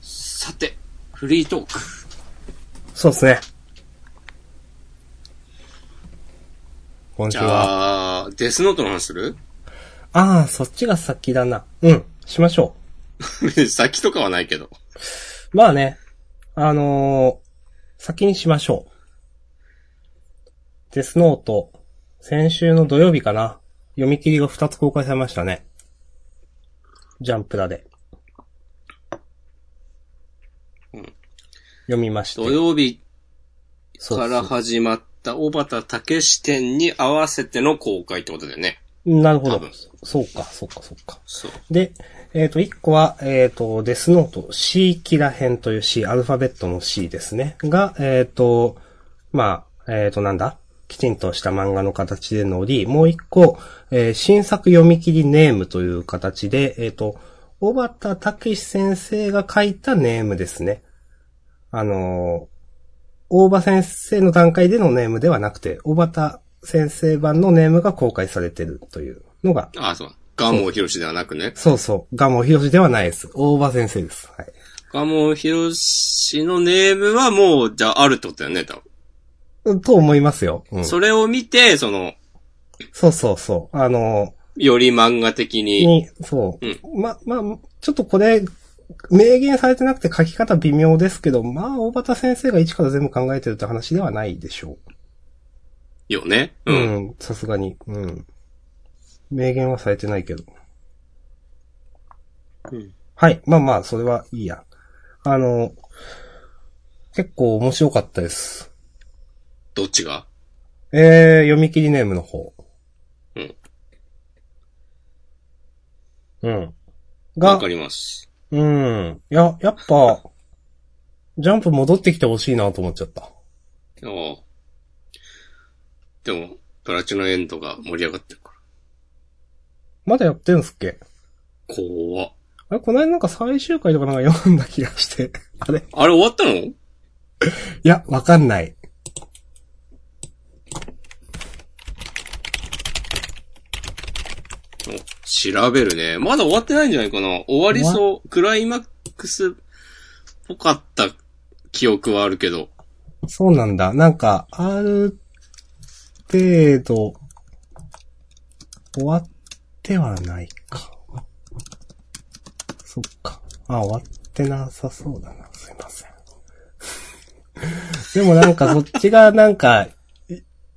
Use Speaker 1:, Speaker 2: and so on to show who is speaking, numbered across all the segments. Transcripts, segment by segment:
Speaker 1: さて、フリートーク。
Speaker 2: そうですね。今
Speaker 1: じ
Speaker 2: 週は。
Speaker 1: ゃあ、デスノートの話する
Speaker 2: ああ、そっちが先だな。うん、しましょ
Speaker 1: 先とかはないけど。
Speaker 2: う。まあね、あのー先にしましょう。デスノート、先週の土曜日かな。読み切りが2つ公開されましたね。ジャンプラで。
Speaker 1: うん
Speaker 2: 読みまして。
Speaker 1: 土曜日
Speaker 2: そう
Speaker 1: か
Speaker 2: そう
Speaker 1: ら始まった小畑武史展に合わせての公開ってことだよね。
Speaker 2: なるほ
Speaker 1: 多
Speaker 2: ど
Speaker 1: 分。
Speaker 2: そうか、そうか、そうか。
Speaker 1: そう。
Speaker 2: で、えっ、と、1個は、えっ、と、デスノート C キラ編という C、アルファベットの C ですね。が、えっ、と、まあ、えっ、と、なんだきちんとした漫画の形でのり、もう1個、えー新作読み切りネームという形で、えっ、と、小畑武史先生が書いたネームですね。あのー大場先生の段階でのネームではなくて、小畑先生版のネームが公開されてるというのが
Speaker 1: ああ、そう。ガモヒロシではなくね。
Speaker 2: そうそう。ガモヒロシではないです。大場先生です。はい。
Speaker 1: ガモヒロシのネームはもう、じゃああるってことだよね、多分。
Speaker 2: うんと思いますよ。うん、そ
Speaker 1: それを見て、その、
Speaker 2: うそうそう。あの
Speaker 1: より漫画的
Speaker 2: ー
Speaker 1: に、
Speaker 2: に、そう。ま、まあ、ちょっとこれ、明言されてなくて書き方微妙ですけど、まあ、大畑先生が一から全部考えてるって話ではないでしょ
Speaker 1: よね。
Speaker 2: う。
Speaker 1: うん。
Speaker 2: うん、さすがに。うん。明言はされてないけど。
Speaker 1: うん
Speaker 2: はい。まあまあ、それはいいや。あの、結構面白かったです。
Speaker 1: どっちが
Speaker 2: えー、読み切りネームの方。
Speaker 1: うん。
Speaker 2: うん。
Speaker 1: わ
Speaker 2: が
Speaker 1: か、ります。
Speaker 2: うん。いや、やっぱ、ジャンプ戻ってきてほしいなと思っちゃった。
Speaker 1: おうでも、プラチナエンドが盛り上がってるか
Speaker 2: まだやってるんすっけ
Speaker 1: ら。怖っ
Speaker 2: あれ、この間なんか最終回とかなんか読んだ気がして。 あれ
Speaker 1: あれ終わったの
Speaker 2: いや、わかんない。
Speaker 1: 調べるね。まだ終わってないんじゃないかな。終わりそう。クライマックスっぽかった記憶はあるけど。
Speaker 2: そうなんだ。なんか、ある程度、終わってはないか。そっか。あ、終わってなさそうだな。すいません。 でもなんかそっちがなんか、い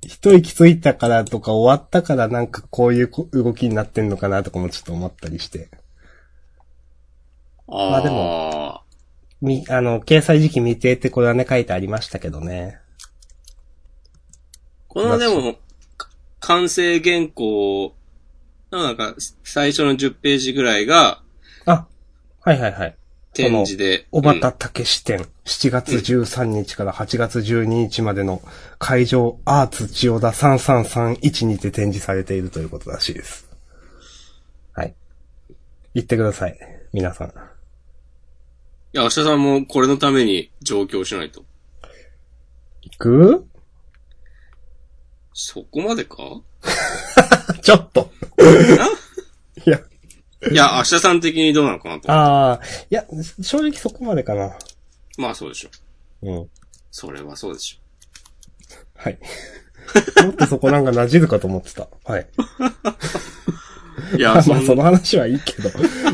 Speaker 2: 一息ついたからとか終わったからなんかこういうこ動きになってんのかなとかもちょっと思ったりして。
Speaker 1: あー、
Speaker 2: まあでみ、あの、掲載時期未定ってこれはね書いてありましたけどね。
Speaker 1: このでも、か完成原稿のなんか、最初の10ページぐらいが
Speaker 2: あ、はいはいはい。
Speaker 1: 展示で。
Speaker 2: 小
Speaker 1: うん
Speaker 2: 畑武史展、7月13日から8月12日までの会場アーツ千代田33312にて展示されているということらしいです。はい。行ってください。皆さん。
Speaker 1: いや、明日さんもこれのために上京しないと。
Speaker 2: 行く
Speaker 1: そこまでか
Speaker 2: ちょっと。 いや、
Speaker 1: いや、明日さん的にどうなのかなと。
Speaker 2: ああ、いや、正直そこまでかな。
Speaker 1: まあそうでしょ。
Speaker 2: うん。
Speaker 1: それはそうでし
Speaker 2: はい。もっとそこなんか馴染るかと思ってた。はい。
Speaker 1: ょ。い
Speaker 2: ま
Speaker 1: や、
Speaker 2: あ
Speaker 1: そん
Speaker 2: その話はいいけど。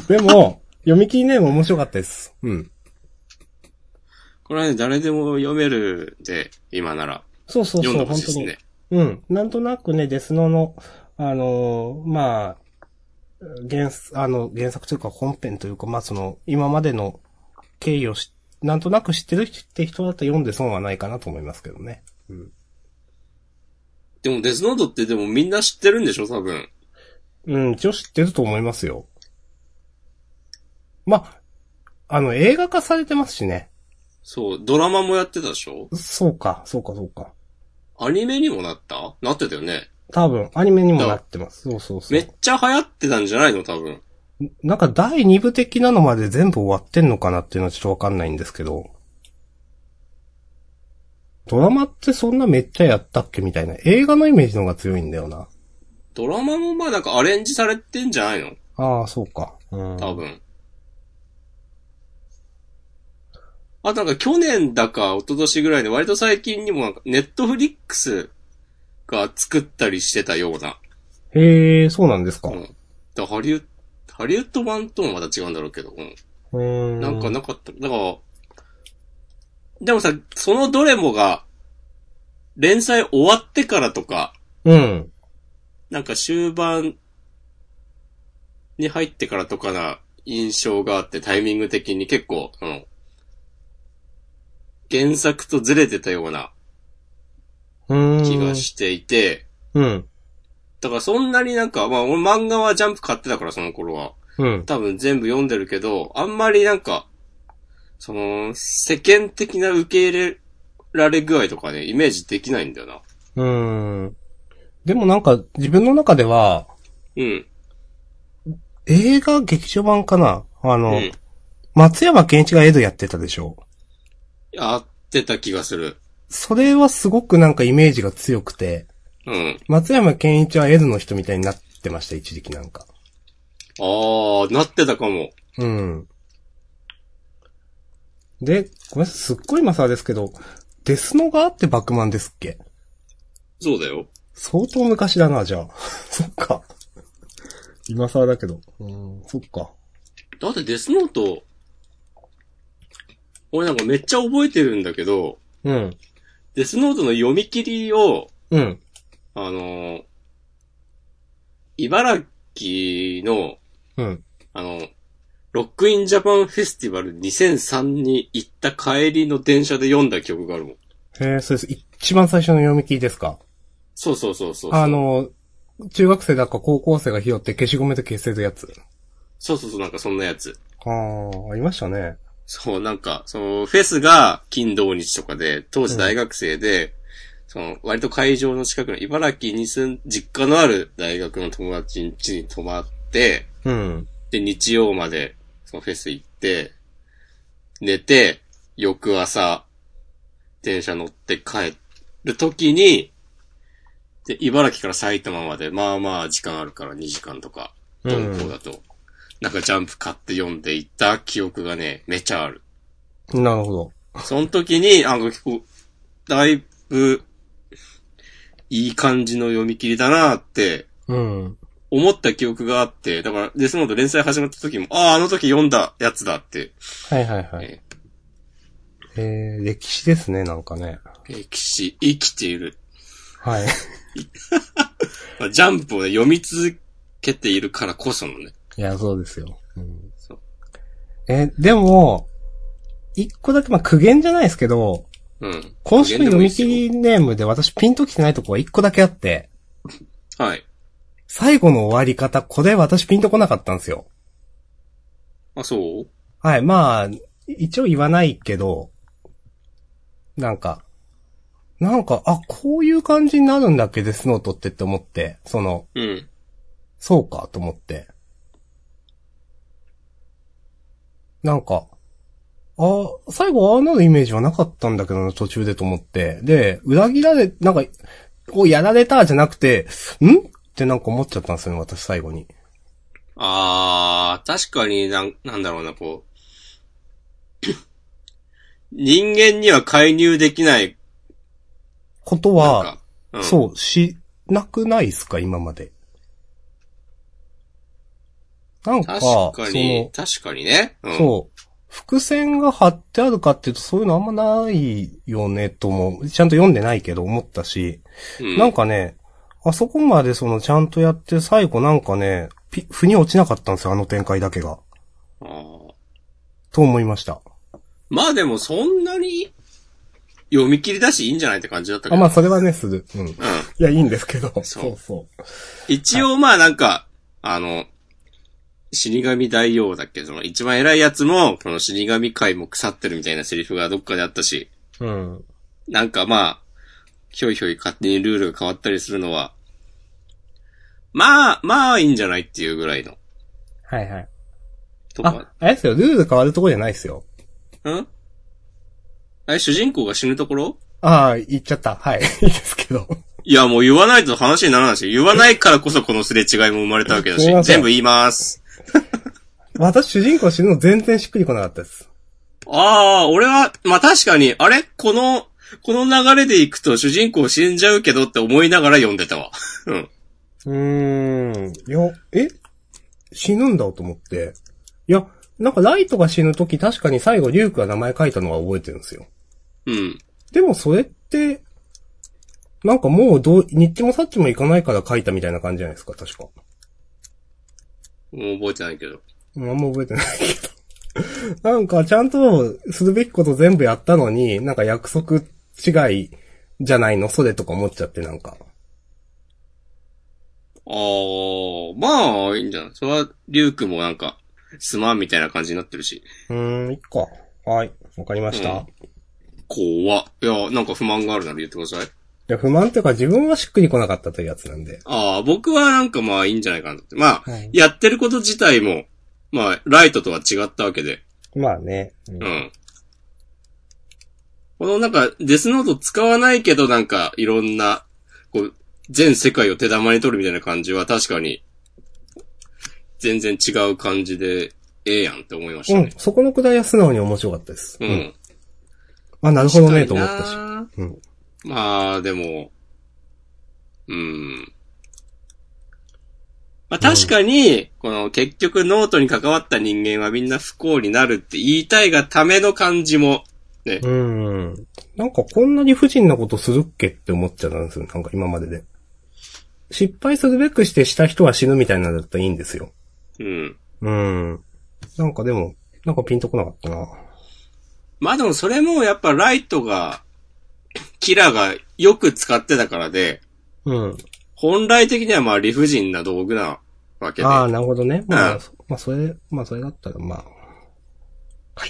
Speaker 2: でも、読み切りネーム面白かったです。うん。
Speaker 1: これはね、誰でも読めるで、今なら。
Speaker 2: そうそうそ
Speaker 1: 読ん
Speaker 2: う、
Speaker 1: でほ
Speaker 2: 本
Speaker 1: しいで
Speaker 2: 当
Speaker 1: す
Speaker 2: に。
Speaker 1: ね。
Speaker 2: うん。なんとなくね、デスノの、あのーまあ、原作、あの、原作というか本編というか、まあその、今までの経緯をし、なんとなく知ってる人って人だったら読んで損はないかなと思いますけどね。うん。
Speaker 1: でも、デスノートってでもみんな知ってるんでしょ多分。
Speaker 2: うん、一応知ってると思いますよ。まあ、あの、映画化されてますしね。
Speaker 1: そう、ドラマもやってたでしょ
Speaker 2: そうか、そうか、そうか。
Speaker 1: アニメにもなったなってたよね。
Speaker 2: 多分、アニメにもなってます。そうそうそ
Speaker 1: めっ
Speaker 2: う。
Speaker 1: ちゃ流行ってたんじゃないの多分。
Speaker 2: なんか第2部的なのまで全部終わってんのかなっていうのはちょっとわかんないんですけど。ドラマってそんなめっちゃやったっけみたいな。映画のイメージの方が強いんだよな。
Speaker 1: ドラマもまあなんかアレンジされてんじゃないの
Speaker 2: ああ、そうか。うん。
Speaker 1: 多分。あとなんか去年だか一昨年ぐらいで割と最近にもなんかネットフリックスが作ったりしてたような。
Speaker 2: へえ、そうなんですか。
Speaker 1: うん。だからハリウッド、ハリウッド版ともまた違うんだろうけど。うん。
Speaker 2: うーん。
Speaker 1: なんかなかった。だから、でもさ、そのどれもが、連載終わってからとか、
Speaker 2: うん。
Speaker 1: なんか終盤に入ってからとかな印象があって、タイミング的に結構、あの、原作とずれてたような
Speaker 2: うーん。
Speaker 1: 気がしていて、
Speaker 2: うん。
Speaker 1: だからそんなになんか、まあ俺漫画はジャンプ買ってたからその頃は。
Speaker 2: うん。
Speaker 1: 多分全部読んでるけど、あんまりなんか、その、世間的な受け入れられ具合とかね、イメージできないんだよな。
Speaker 2: うーん。でもなんか、自分の中では、
Speaker 1: うん。
Speaker 2: 映画劇場版かなあ
Speaker 1: う
Speaker 2: の、
Speaker 1: ん。
Speaker 2: 松山健一がエドやってたでしょ
Speaker 1: 合ってた気がする。
Speaker 2: それはすごくなんかイメージが強くて、
Speaker 1: うん。
Speaker 2: 松山健一はエドの人みたいになってました、一時期なんか。
Speaker 1: あー、なってたかも。
Speaker 2: うん。で、ごめんなさい、すっごい今更ですけど、デスノがあってバクマンですっけ
Speaker 1: そうだよ。
Speaker 2: 相当昔だな、じゃあ。 そっか。今更だけど。うん、そっか。
Speaker 1: だってデスノート、俺なんかめっちゃ覚えてるんだけど、
Speaker 2: うん。
Speaker 1: デスノートの読み切りを、
Speaker 2: うん。
Speaker 1: あのー茨城の、
Speaker 2: うん。
Speaker 1: あの、ロックインジャパンフェスティバル2003に行った帰りの電車で読んだ記憶があるもん。
Speaker 2: へえ、そうです。一番最初の読み切りですか
Speaker 1: そうそうそうそう。
Speaker 2: あ、の、中学生だか高校生が拾って消しゴムで消せるやつ。
Speaker 1: そうそうそう、なんかそんなやつ。
Speaker 2: ああ、ありましたね。
Speaker 1: そう、なんか、その、フェスが金土日とかで、当時大学生で、その、割と会場の近くの茨城に住ん、実家のある大学の友達ん家に泊まって、
Speaker 2: うん。
Speaker 1: で、日曜まで、そのフェス行って、寝て、翌朝、電車乗って帰る時に、で、茨城から埼玉まで、まあまあ時間あるから2時間とか、
Speaker 2: う
Speaker 1: 鈍
Speaker 2: ん
Speaker 1: 行だと、なんかジャンプ買って読んでいた記憶がね、めちゃある。
Speaker 2: なるほど。
Speaker 1: その時に、あの、結構、だいぶ、いい感じの読み切りだなって
Speaker 2: うん。
Speaker 1: 思った記憶があって、だから、デスノート連載始まった時も、ああ、あの時読んだやつだって、
Speaker 2: はいはいはい。
Speaker 1: え
Speaker 2: えー、歴史ですね、なんかね。
Speaker 1: ー歴史、生きている。
Speaker 2: はい。
Speaker 1: まあジャンプをね、読み続けているからこそのね。
Speaker 2: いや、そうですよ。うん
Speaker 1: そう、
Speaker 2: え、でも、一個だけ、まあ、苦言じゃないですけど、
Speaker 1: うん。
Speaker 2: 今週の読み切
Speaker 1: 無限でもいい
Speaker 2: りネームで私ピンときてないとこは一個だけあって、
Speaker 1: ですよはい。
Speaker 2: 最後の終わり方、これ私ピンとこなかったんですよ。
Speaker 1: あ、そう
Speaker 2: はい、まあ、一応言わないけど、なんか、なんか、あ、こういう感じになるんだっけ、デスノートってって思って、その、
Speaker 1: うん。
Speaker 2: そうか、と思って。なんか、あ最後ああなるイメージはなかったんだけどな、途中でと思って。で、裏切られ、なんか、をやられたじゃなくて、んってなんか思っちゃったんですよね、私最後に。
Speaker 1: あー、確かになん、なんだろうな、こう。 人間には介入できない。
Speaker 2: こ
Speaker 1: な
Speaker 2: と
Speaker 1: ん
Speaker 2: は、
Speaker 1: か、うん、
Speaker 2: そう、しなくないっすか、今まで。なんか、
Speaker 1: 確かに
Speaker 2: そ、
Speaker 1: 確かにね。う
Speaker 2: の、
Speaker 1: ん、
Speaker 2: そう、伏線が貼ってあるかっていうと、そういうのあんまないよね、とも、ちゃんと読んでないけど思ったし、
Speaker 1: う
Speaker 2: なん、かね、あそこまでその、ちゃんとやって、最後なんかね、ピ、腑に落ちなかったんですよ、あの展開だけが。
Speaker 1: あー
Speaker 2: と思いました。
Speaker 1: まあでもそんなに読み切りだしいいんじゃないって感じだったけ
Speaker 2: あ、
Speaker 1: ど。
Speaker 2: まあ、それはね、する。うん。い
Speaker 1: うん。
Speaker 2: や、いいんですけど。
Speaker 1: そ
Speaker 2: そううそ
Speaker 1: 一応まあなんか、あの、死神大王だっけその一番偉いやつも、この死神界も腐ってるみたいなセリフがどっかであったし、
Speaker 2: う。うん。
Speaker 1: なんかまあ、ひょいひょい勝手にルールが変わったりするのは、まあ、まあいいんじゃないっていうぐらいの。
Speaker 2: はいはい。
Speaker 1: と
Speaker 2: あ
Speaker 1: か。、
Speaker 2: あれですよ、ルール変わるとこじゃないですよ。
Speaker 1: うんあれ、主人公が死ぬところ
Speaker 2: ああ、言っちゃった。はい。 いいですけど。
Speaker 1: いや、もう言わないと話にならないし、言わないからこそこのすれ違いも生まれたわけだ
Speaker 2: すい
Speaker 1: し、
Speaker 2: ません
Speaker 1: 全部言います。
Speaker 2: 私、主人公死ぬの全然しっくりこなかったです。
Speaker 1: ああ、俺は、まあ確かに、あれこの、この流れで行くと主人公死んじゃうけどって思いながら読んでたわ。うん。
Speaker 2: うーん。いや、え死ぬんだと思って。いや、なんかライトが死ぬとき確かに最後リュウクが名前書いたのは覚えてるんですよ。
Speaker 1: うん。
Speaker 2: でもそれって、なんかもうどう、日もさっちもいかないから書いたみたいな感じじゃないですか、確か。
Speaker 1: もう覚えてないけど。
Speaker 2: うんあんま覚えてないけど。 なんかちゃんとするべきこと全部やったのに、なんか約束違いじゃないのそれとか思っちゃってなんか。
Speaker 1: ああ、まあ、いいんじゃないそれは、リュウクもなんか、すまんみたいな感じになってるし。
Speaker 2: うーん、いっか。はい。わかりました。
Speaker 1: うん
Speaker 2: い
Speaker 1: 怖っ。いや、なんか不満があるなら言ってください。
Speaker 2: や、不満っていうか自分はしっくり来なかったというやつなんで。
Speaker 1: ああ、僕はなんかまあいいんじゃないかなと思って。まあ、
Speaker 2: はい
Speaker 1: やってること自体も、まあ、ライトとは違ったわけで。
Speaker 2: まあね。うん
Speaker 1: うん。このなんか、デスノート使わないけどなんか、いろんな、こう、全世界を手玉に取るみたいな感じは確かに、全然違う感じで、ええやんって思いました
Speaker 2: うん
Speaker 1: ね。、
Speaker 2: そこのくだりは素直に面白かったです。
Speaker 1: うん。。
Speaker 2: あ、なるほどね、と思ったし。
Speaker 1: たし
Speaker 2: うん
Speaker 1: まあ、でも、うん。まあ確かに、この結局ノートに関わった人間はみんな不幸になるって言いたいがための感じも、ね
Speaker 2: う。ん。なんかこんなに不尽なことするっけって思っちゃったんですよ。なんか今までで。失敗するべくしてした人は死ぬみたいなのだったらいいんですよ。
Speaker 1: うん。
Speaker 2: うん。なんかでも、なんかピンとこなかったな。
Speaker 1: まあでもそれもやっぱライトが、 キラがよく使ってたからで、
Speaker 2: うん。
Speaker 1: 本来的にはまあ理不尽な道具なわけで。
Speaker 2: ああ、なるほどね。ま
Speaker 1: う
Speaker 2: あ、
Speaker 1: ん
Speaker 2: そまあそれ、まあそれだったら、まあ。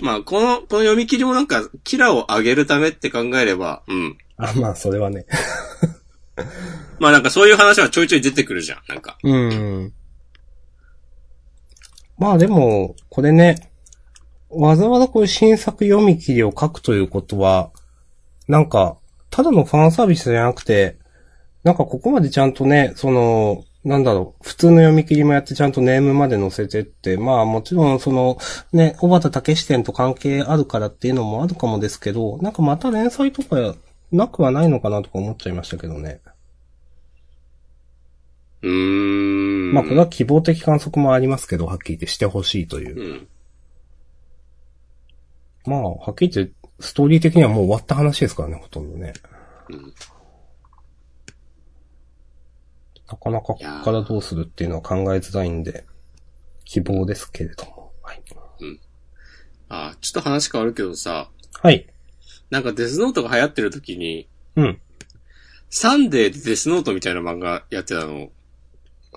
Speaker 1: まあこの、この読み切りもなんか、キラを上げるためって考えれば、うん。
Speaker 2: あ、まあそれはね。
Speaker 1: まあなんかそういう話はちょいちょい出てくるじゃん、なんか。
Speaker 2: うん。まあでも、これね、わざわざこういう新作読み切りを書くということは、なんか、ただのファンサービスじゃなくて、なんかここまでちゃんとね、その、なんだろう、普通の読み切りもやってちゃんとネームまで載せてって、まあもちろんその、ね、小畑武史店と関係あるからっていうのもあるかもですけど、なんかまた連載とかなくはないのかなとか思っちゃいましたけどね。
Speaker 1: うーん。
Speaker 2: まあこれは希望的観測もありますけど、はっきり言ってしてほしいという
Speaker 1: う。ん。
Speaker 2: まあ、はっきり言って、ストーリー的にはもう終わった話ですからね、ほとんどね。
Speaker 1: うん
Speaker 2: なかなかここからどうするっていうのは考えづらいんで、希望ですけれども。はい。
Speaker 1: あー、ちょっと話変わるけどさ、
Speaker 2: はい。
Speaker 1: なんかデスノートが流行ってる時に、
Speaker 2: うん。
Speaker 1: サンデーでデスノートみたいな漫画やってたの、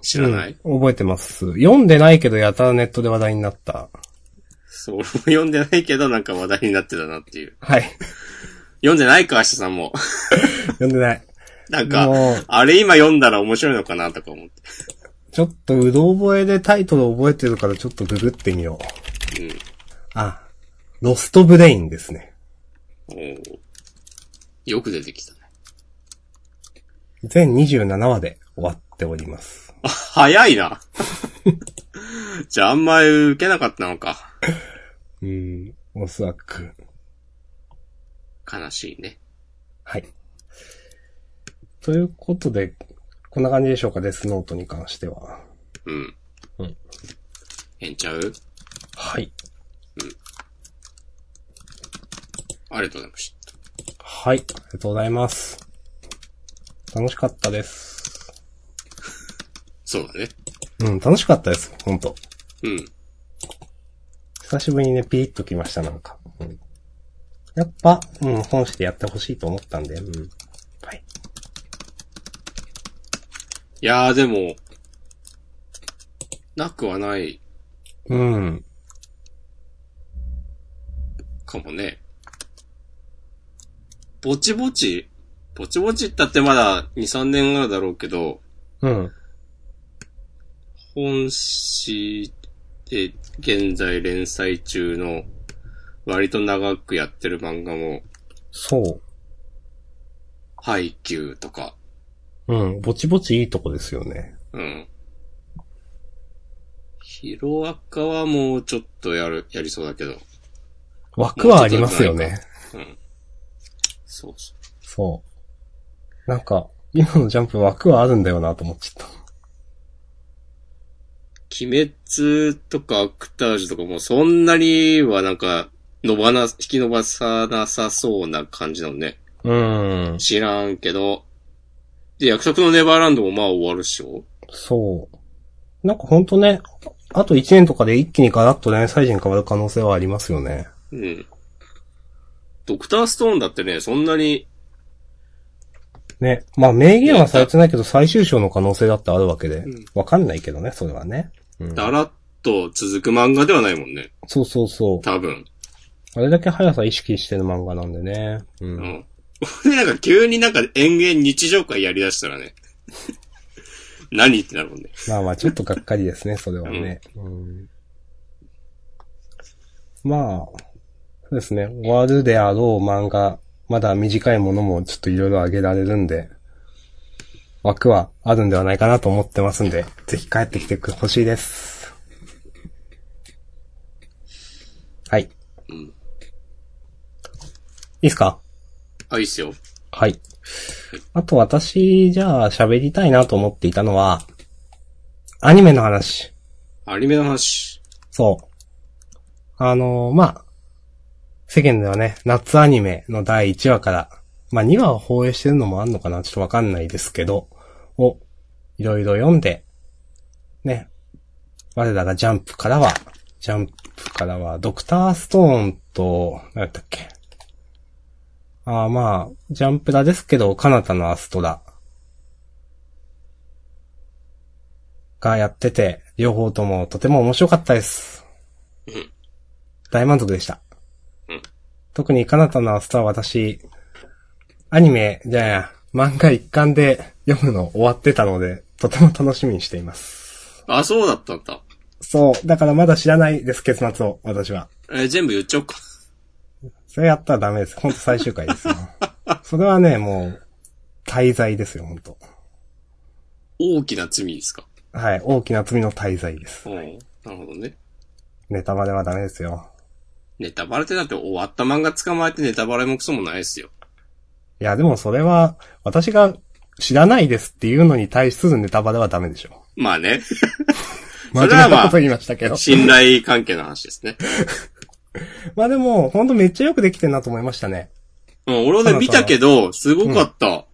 Speaker 1: 知らない、
Speaker 2: うん覚えてます。読んでないけど、やたらネットで話題になった。
Speaker 1: そう、 俺も読んでないけどなんか話題になってたなっていう。
Speaker 2: はい。
Speaker 1: 読んでないか、明日さんも。
Speaker 2: 読んでない。
Speaker 1: なんか、
Speaker 2: もう、
Speaker 1: あれ今読んだら面白いのかなとか思って。
Speaker 2: ちょっと、うど覚えでタイトル覚えてるから、ちょっとググってみよう。
Speaker 1: うん。
Speaker 2: あ、ロストブレインですね。
Speaker 1: おーよく出てきたね。
Speaker 2: 全27話で終わっております。
Speaker 1: あ早い な。じゃああんまり受けなかったのか。
Speaker 2: うん。おそらく。
Speaker 1: 悲しいね。
Speaker 2: はい。ということで、こんな感じでしょうか、デスノートに関しては。
Speaker 1: うん。
Speaker 2: うん。
Speaker 1: えんちゃう
Speaker 2: はい。
Speaker 1: ありがとうございました。
Speaker 2: はい、ありがとうございます。楽しかったです。
Speaker 1: そうだね。
Speaker 2: うん、楽しかったです、ほんと。
Speaker 1: うん。
Speaker 2: 久しぶりにね、ピリッときました、なんか。うん、やっぱ、うん、本誌でやってほしいと思ったんで、うん。はい。
Speaker 1: いやーでも、なくはない
Speaker 2: うん。
Speaker 1: かもね。ぼちぼち、ぼちぼちったってまだ2、3年あるだろうけど、
Speaker 2: うん。
Speaker 1: 本誌で現在連載中の割と長くやってる漫画も、
Speaker 2: そ
Speaker 1: ハイキューとか、
Speaker 2: う。うん、ぼちぼちいいとこですよね。
Speaker 1: うん。ヒロアカはもうちょっとやる、やりそうだけど。
Speaker 2: 枠はありますよね。
Speaker 1: うん。そうそ
Speaker 2: そう。なんか、今のジャンプ枠はあるんだよなと思っちゃっ
Speaker 1: う。鬼滅とかアクタージュとかもそんなにはなんか、伸ばな、引き伸ばさなさそうな感じなのね。
Speaker 2: た。うん。
Speaker 1: 知らんけど。で、約束のネバーランドもまあ終わるっしょ
Speaker 2: そう。なんかほんとね、あと1年とかで一気にガラッと連載人変わる可能性はありますよね。
Speaker 1: うん。ドクターストーンだってね、そんなに、
Speaker 2: ね。まあ、明言はされてないけど、最終章の可能性だってあるわけで
Speaker 1: うん。
Speaker 2: わかんないけどね、それはね。うん、
Speaker 1: だらっと続く漫画ではないもんね。
Speaker 2: そうそうそう。
Speaker 1: 多分。
Speaker 2: あれだけ速さ意識してる漫画なんでね。う。
Speaker 1: うんん。 俺なんか急になんか延々日常会やりだしたらね。 何ってなるもんね。
Speaker 2: まあまあ、ちょっとがっかりですね、それはね。うん、まあ、そうですね。終わるであろう漫画、まだ短いものもちょっといろいろあげられるんで、枠はあるんではないかなと思ってますんで、ぜひ帰ってきてほしいです。はい。い
Speaker 1: うん。
Speaker 2: いっすか
Speaker 1: あ、いいっすよ。
Speaker 2: はい。あと私、じゃあ喋りたいなと思っていたのは、アニメの話。
Speaker 1: アニメの話。
Speaker 2: そう。あのーまあ、世間ではね、夏アニメの第1話から、まあ2話を放映してるのもあんのかなちょっとわかんないですけど、を、いろいろ読んで、ね、我らがジャンプからは、ジャンプからは、ドクターストーンと、何やったっけ。ああ、まあ、ジャンプラですけど、カナタのアストラがやってて、両方ともとても面白かったです。
Speaker 1: うん
Speaker 2: 大満足でした。
Speaker 1: うん
Speaker 2: 特にカナタのアストラは私、アニメ、じゃあや、漫画一巻で読むの終わってたので、とても楽しみにしています。
Speaker 1: あ、そうだったんだ。
Speaker 2: そう、だからまだ知らないです、結末を、私は。
Speaker 1: えー全部言っちゃおうか。
Speaker 2: それやったらダメです。ほんと最終 回ですよ。それはね、もう、滞在ですよ、ほんと。
Speaker 1: 大きな罪ですか。
Speaker 2: はい、大きな罪の滞在です
Speaker 1: う。ん。なるほどね。
Speaker 2: ネタバレはダメですよ。
Speaker 1: ネタバレってだって終わった漫画捕まえてネタバレもクソもないっすよ。
Speaker 2: いや、でもそれは、私が知らないですっていうのに対するネタバレはダメでしょ。
Speaker 1: まあ ね。
Speaker 2: 真
Speaker 1: それ
Speaker 2: 面
Speaker 1: はまあ
Speaker 2: 目なこと言いましたけ ど。
Speaker 1: 信頼関係の話ですね。
Speaker 2: まあでも、ほんとめっちゃよくできてんなと思いましたね。
Speaker 1: うん、俺はね、見たけど、すごかった。
Speaker 2: い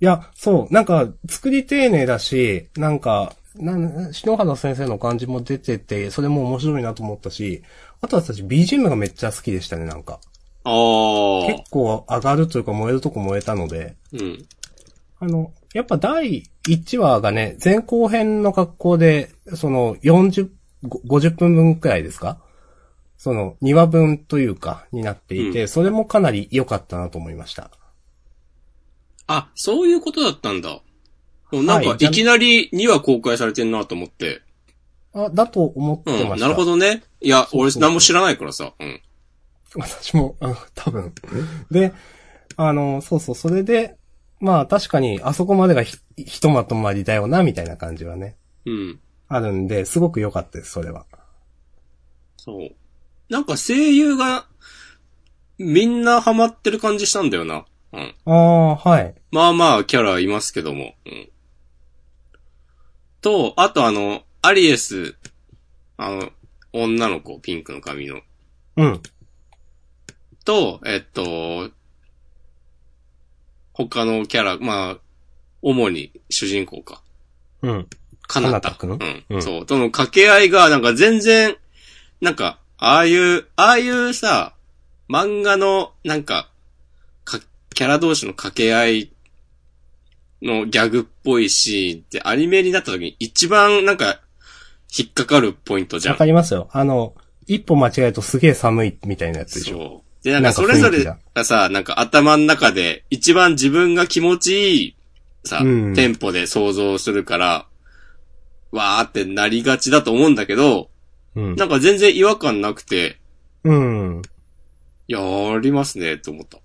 Speaker 2: や、そう、なんか、作り丁寧だし、なんか、なん、篠原先生の感じも出てて、それも面白いなと思ったし、あとは私 BGM がめっちゃ好きでしたね、なんか。
Speaker 1: ああ
Speaker 2: 結。構上がるというか燃えるとこ燃えたので、
Speaker 1: うん。
Speaker 2: あの、やっぱ第1話がね、前後編の格好で、その40、ご50分分くらいですかその2話分というか、になっていて、
Speaker 1: う
Speaker 2: それもかなり良かったなと思いました。
Speaker 1: あ、そういうことだったんだ。もうなん
Speaker 2: は
Speaker 1: か
Speaker 2: い、じゃ
Speaker 1: いきなり2話公開されてんなと思って。
Speaker 2: あ、だと思って
Speaker 1: う
Speaker 2: ました。
Speaker 1: ん、なるほどね。いや、
Speaker 2: う
Speaker 1: 俺
Speaker 2: そう
Speaker 1: 何も知らないからさ。うん。
Speaker 2: 私も、あ多分。で、あの、そうそう、それで、まあ確かに、あそこまでがひ、ひとまとまりだよな、みたいな感じはね、
Speaker 1: うん。
Speaker 2: あるんで、すごく良かったです、それは。
Speaker 1: そう。なんか声優が、みんなハマってる感じしたんだよな。うん。
Speaker 2: ああ、はい。
Speaker 1: まあまあ、キャラいますけども。うん。と、あとあの、アリエス、あの、女の子、ピンクの髪の。
Speaker 2: うん。
Speaker 1: と、えっと、他のキャラ、まあ、主に主人公か。
Speaker 2: うん。
Speaker 1: かな
Speaker 2: かなた
Speaker 1: た。
Speaker 2: くん
Speaker 1: う。
Speaker 2: うんん
Speaker 1: そう。との掛け合いが、なんか全然、なんか、ああいう、ああいうさ、漫画の、なんか、か、キャラ同士の掛け合いのギャグっぽいシーンって、アニメになった時に一番、なんか、引っかかるポイントじゃ
Speaker 2: わ
Speaker 1: ん
Speaker 2: か。りますよ。あの、一歩間違えるとすげえ寒いみたいなやつでしょ。
Speaker 1: そう。で、なんか
Speaker 2: なん
Speaker 1: そ
Speaker 2: か雰
Speaker 1: れ
Speaker 2: 囲気
Speaker 1: ぞれ
Speaker 2: が
Speaker 1: がさ、なんか頭の中で一番自分が気持ちいいさ、
Speaker 2: うん
Speaker 1: テンポで想像するから、わーってなりがちだと思うんだけど、
Speaker 2: うん。
Speaker 1: なんか全然違和感なくて、
Speaker 2: うん。
Speaker 1: やりますね、と思った。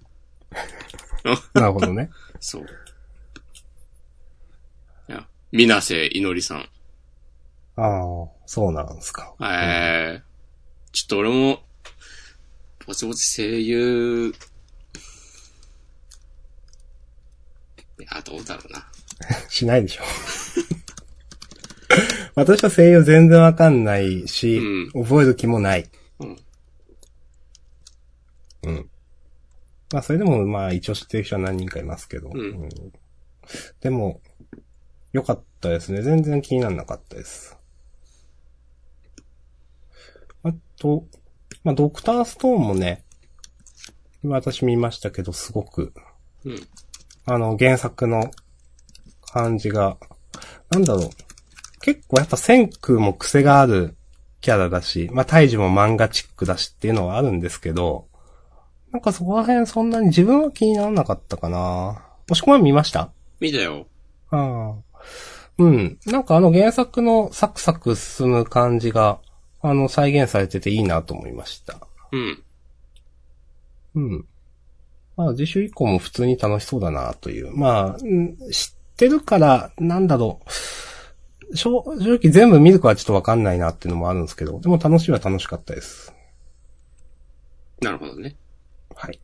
Speaker 2: なるほどね。
Speaker 1: そう。いや、みなせいのりさん。
Speaker 2: ああ、そうなんですか。
Speaker 1: えー、ちょっと俺も、ぼちぼち声優、いや、どうだろうな。
Speaker 2: しないでしょ。 私は声優全然わかんないし、覚える気もない。
Speaker 1: うん。
Speaker 2: うん。まあ、それでも、まあ、一応知ってる人は何人かいますけど。
Speaker 1: うん
Speaker 2: でも、良かったですね。全然気にならなかったです。あと、まあ、ドクターストーンもね、私見ましたけど、すごく、
Speaker 1: うん。
Speaker 2: あの、原作の感じが、なんだろう。結構やっぱ千空も癖があるキャラだし、まあ、大樹も漫画チックだしっていうのはあるんですけど、なんかそこら辺そんなに自分は気にならなかったかな。もしくは見ました
Speaker 1: 見たよ。
Speaker 2: ああ。うん。なんかあの原作のサクサク進む感じが、あの、再現されてていいなと思いました。
Speaker 1: うん。
Speaker 2: うん。まあ、次週以降も普通に楽しそうだなという。まあ、うん知ってるから、なんだろう。正正直全部見るかはちょっとわかんないなっていうのもあるんですけど、でも楽しいは楽しかったです。
Speaker 1: なるほどね。
Speaker 2: はい。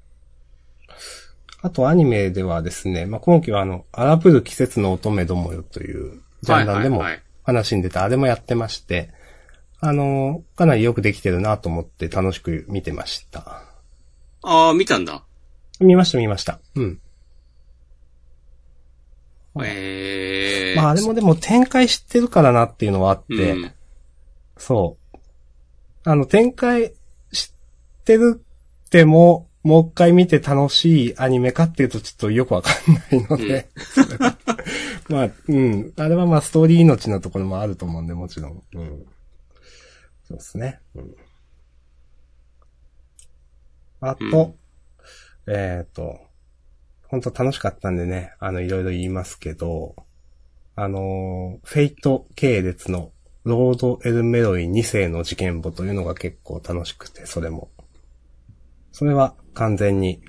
Speaker 2: あとアニメではですね、まあ、今期はあの、荒ぶる季節の乙女どもよというジャンダンでも
Speaker 1: はいはいはい
Speaker 2: 話に出た、あれもやってまして、あの、かなりよくできてるなと思って楽しく見てました。
Speaker 1: ああ、見たんだ。
Speaker 2: 見ました見ました。うん。はい
Speaker 1: ええー。
Speaker 2: まああれもでも展開知ってるからなっていうのはあって、
Speaker 1: うん、
Speaker 2: そう。あの展開知ってるっても、もう一回見て楽しいアニメかっていうとちょっとよくわかんないので、 まあ、うん。あれはまあストーリー命のところもあると思うんで、もちろん。うん。そうですね。うん。あと、
Speaker 1: うん
Speaker 2: えっ、と、本当楽しかったんでね、あの、いろいろ言いますけど、あのーフェイト系列のロード・エル・メロイ2世の事件簿というのが結構楽しくて、それも。それは完全に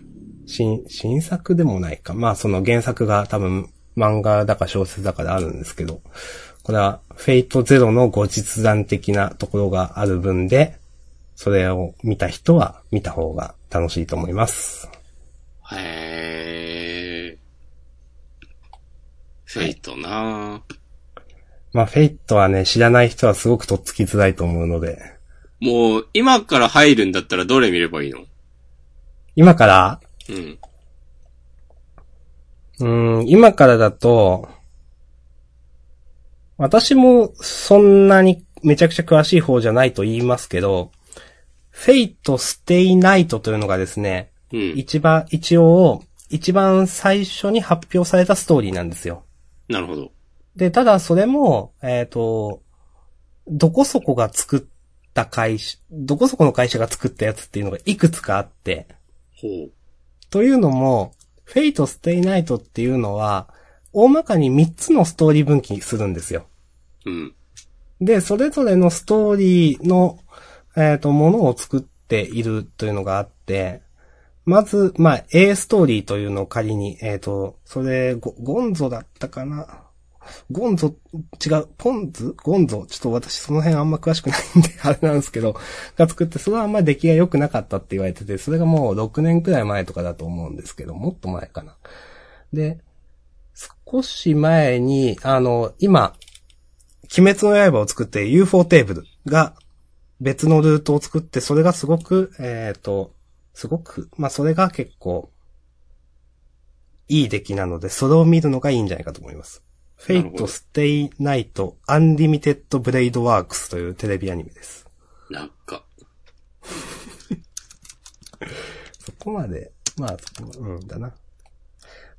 Speaker 2: 新、新作でもないか。まあその原作が多分漫画だか小説だかであるんですけど、これはフェイトゼロの後日談的なところがある分で、それを見た人は見た方が楽しいと思います。
Speaker 1: へえ。フェイトなぁ
Speaker 2: まあフェイトはね、知らない人はすごくとっつきづらいと思うので、
Speaker 1: もう、今から入るんだったらどれ見ればいいの
Speaker 2: 今から、
Speaker 1: うん。
Speaker 2: うーん、今からだと、私もそんなにめちゃくちゃ詳しい方じゃないと言いますけど、フェイトステイナイトというのがですね、
Speaker 1: うん。
Speaker 2: 一番、一応、一番最初に発表されたストーリーなんですよ。
Speaker 1: なるほど。
Speaker 2: で、ただそれも、えっ、と、どこそこが作った会社、どこそこの会社が作ったやつっていうのがいくつかあって、
Speaker 1: ほう。
Speaker 2: というのも、フェイト・ステイ・ナイトっていうのは、大まかに3つのストーリー分岐するんですよ。
Speaker 1: うん。
Speaker 2: で、それぞれのストーリーの、えっ、と、ものを作っているというのがあって、まず、まあ、A ストーリーというのを仮に、えっ、と、それ、ゴゴンゾだったかなゴンゾ、違う、ポンズゴンゾちょっと私その辺あんま詳しくないんで、あれなんですけど、が作って、それはあんま出来が良くなかったって言われてて、それがもう6年くらい前とかだと思うんですけど、もっと前かな。で、少し前に、あの、今、鬼滅の刃を作って UFO テーブルが別のルートを作って、それがすごく、えっ、と、すごく、まあそれが結構、いい出来なので、それを見るのがいいんじゃないかと思います。フ
Speaker 1: なる
Speaker 2: ェ
Speaker 1: ほど
Speaker 2: イト、ステイナイト、アンリミテッドブレイドワークスというテレビアニメです。
Speaker 1: なんか。
Speaker 2: そこまで、まあ、そこまでうん、だな。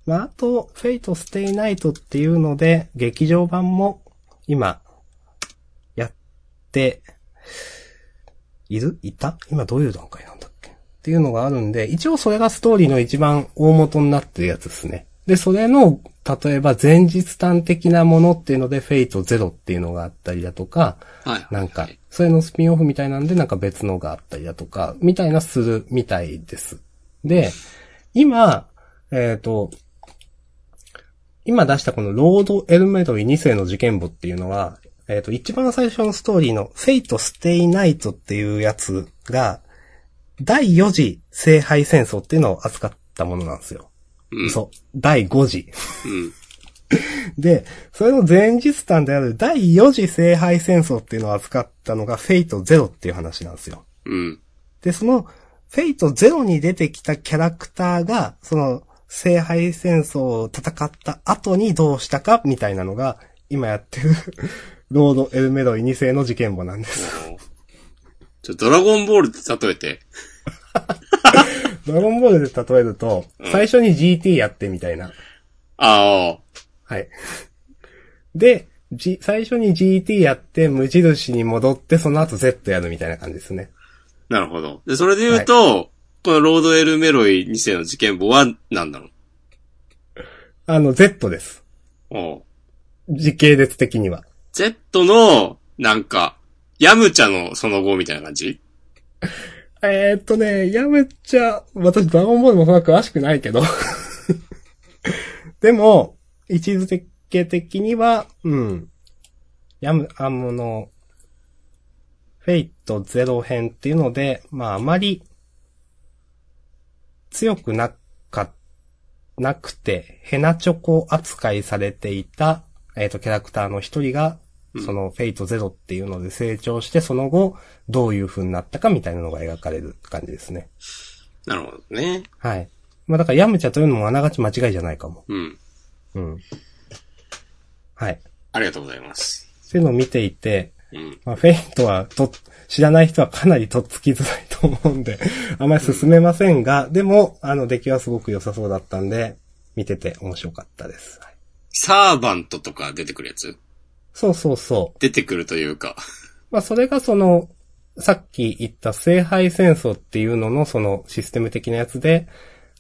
Speaker 2: まあ、あと、フェイトステイナイトっていうので、劇場版も今、やって、いるいた今どういう段階なんだっけっていうのがあるんで、一応それがストーリーの一番大元になってるやつですね。で、それの、例えば前日端的なものっていうので、フェイトゼロっていうのがあったりだとか、
Speaker 1: はいはい。
Speaker 2: なんか、それのスピンオフみたいなんで、なんか別のがあったりだとか、みたいなするみたいです。で、今、えっ、と、今出したこのロード・エルメドイ2世の事件簿っていうのは、えっ、と、一番最初のストーリーのフェイト・ステイ・ナイトっていうやつが、第4次聖杯戦争っていうのを扱ったものなんですよ。
Speaker 1: うん。
Speaker 2: そう。第5次。
Speaker 1: うん。
Speaker 2: で、それの前日譚である第4次聖杯戦争っていうのを扱ったのがフェイトゼロっていう話なんですよ。
Speaker 1: うん。
Speaker 2: で、その、フェイトゼロに出てきたキャラクターが、その、聖杯戦争を戦った後にどうしたか、みたいなのが、今やってる、 ロード・エルメロイ2世の事件簿なんです。
Speaker 1: ちょ、ドラゴンボールって例えて。
Speaker 2: ドラゴンボールで例えると、最初に GT やってみたいな。
Speaker 1: ああ、
Speaker 2: はい。で、G- 最初に GT やって、無印に戻って、その後 Z やるみたいな感じですね。
Speaker 1: なるほど。で、それで言うと、このロードエルメロイ2世の事件簿は何なの
Speaker 2: あの、Z です。
Speaker 1: おう
Speaker 2: 時系列的には。
Speaker 1: Z の、なんか、ヤムチャのその後みたいな感じ
Speaker 2: えー、っとね、やめちゃ、私ドラゴンボールもそんな詳しくないけど。 でも、一途設計的には、うん。やむ、あもの、フェイトゼロ編っていうので、まああまり、強くなか、なくて、ヘナチョコ扱いされていた、えっ、と、キャラクターの一人が、そのフェイトゼロっていうので成長して、その後、どういう風になったかみたいなのが描かれる感じですね。
Speaker 1: なるほどね。
Speaker 2: はい。まあだから、ヤムチャというのもあながち間違いじゃないかも。
Speaker 1: うん。
Speaker 2: うん。はい。
Speaker 1: ありがとうございます。
Speaker 2: そういうのを見ていて、
Speaker 1: うん。
Speaker 2: まあ、フェイトはと、知らない人はかなりとっつきづらいと思うんで、 あまり進めませんが、でも、あの、出来はすごく良さそうだったんで、見てて面白かったです。はい
Speaker 1: サーバントとか出てくるやつ
Speaker 2: そうそうそう。
Speaker 1: 出てくるというか。
Speaker 2: まあ、それがその、さっき言った聖杯戦争っていうののそのシステム的なやつで、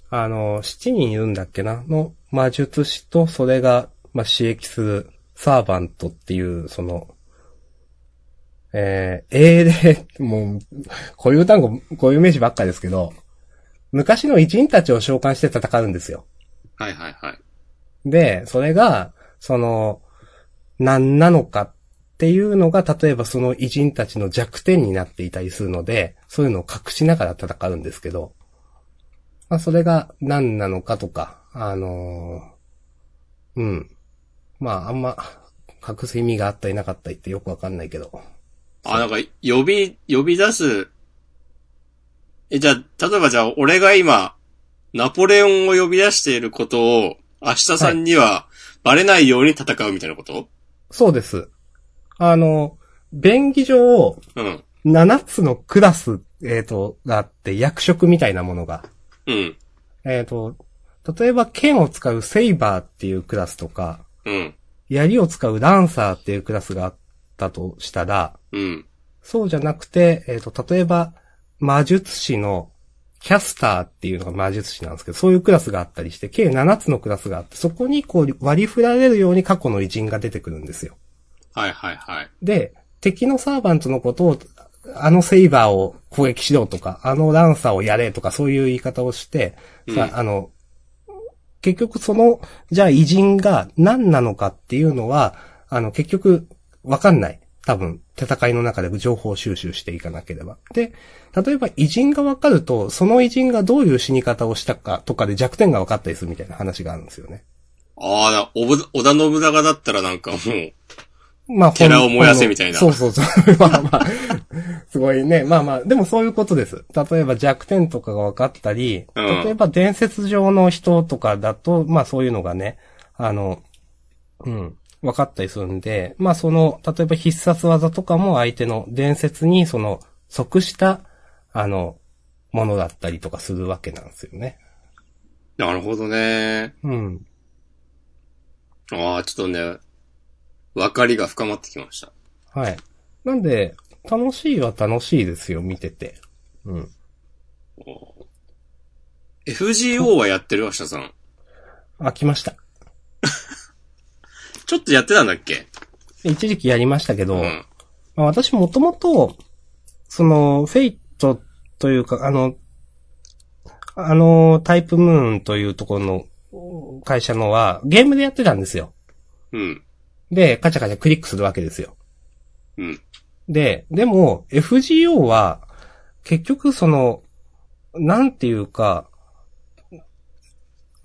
Speaker 2: あの、7人いるんだっけなの魔術師とそれが、まあ、刺激するサーバントっていう、その、えー、英霊、もう、こういう単語、こういう名詞ばっかりですけど、昔の偉人たちを召喚して戦うんですよ。
Speaker 1: はいはいはい。
Speaker 2: で、それが、その、何なのかっていうのが、例えばその偉人たちの弱点になっていたりするので、そういうのを隠しながら戦うんですけど、まあそれが何なのかとか、あのーうん。まああんま、隠す意味があったりなかったりってよくわかんないけど。
Speaker 1: あ、なんか、呼び、呼び出す。え、じゃあ、例えばじゃあ、俺が今、ナポレオンを呼び出していることを、明日さんには、バレないように戦うみたいなこと、
Speaker 2: そうです。あの、便宜上、
Speaker 1: うん。
Speaker 2: 7つのクラス、えっ、と、があって、役職みたいなものが
Speaker 1: うん。
Speaker 2: えっ、と、例えば剣を使うセイバーっていうクラスとか、
Speaker 1: うん。
Speaker 2: 槍を使うランサーっていうクラスがあったとしたら、
Speaker 1: うん。
Speaker 2: そうじゃなくて、えっ、と、例えば、魔術師のキャスターっていうのが魔術師なんですけど、そういうクラスがあったりして、計7つのクラスがあって、そこにこう割り振られるように過去の偉人が出てくるんですよ。
Speaker 1: はいはいはい。
Speaker 2: で、敵のサーバントのことを、あのセイバーを攻撃しろとか、あのランサーをやれとか、そういう言い方をして、
Speaker 1: うん
Speaker 2: さあの、結局その、じゃあ偉人が何なのかっていうのは、あの、結局、わかんない。多分、戦いの中で情報収集していかなければ。で、例えば偉人がわかると、その偉人がどういう死に方をしたかとかで弱点が分かったりするみたいな話があるんですよね。
Speaker 1: ああ、なおぶ、織田信長だったらなんかもう、
Speaker 2: まあ、
Speaker 1: キャラを燃やせみたいな
Speaker 2: ほんそうそうそう。 まあまあ、すごいね。まあまあ、でもそういうことです。例えば弱点とかが分かったり、
Speaker 1: うん
Speaker 2: 例えば伝説上の人とかだと、まあそういうのがね、あの、うん、分かったりするんで、まあその、例えば必殺技とかも相手の伝説にその、即した、あの、ものだったりとかするわけなんですよね。
Speaker 1: なるほどね。
Speaker 2: うん。
Speaker 1: ああ、ちょっとね、分かりが深まってきました。
Speaker 2: はい。なんで、楽しいは楽しいですよ、見てて。うん。
Speaker 1: おー FGO はやってる明日さん。
Speaker 2: 飽きました。
Speaker 1: ちょっとやってたんだっけ
Speaker 2: 一時期やりましたけど、
Speaker 1: うん。
Speaker 2: まあ私もともと、その、フェイトというか、あの、あの、タイプムーンというところの会社のは、ゲームでやってたんですよ。
Speaker 1: うん。
Speaker 2: で、カチャカチャクリックするわけですよ。
Speaker 1: うん。
Speaker 2: で、でも、FGO は、結局その、なんていうか、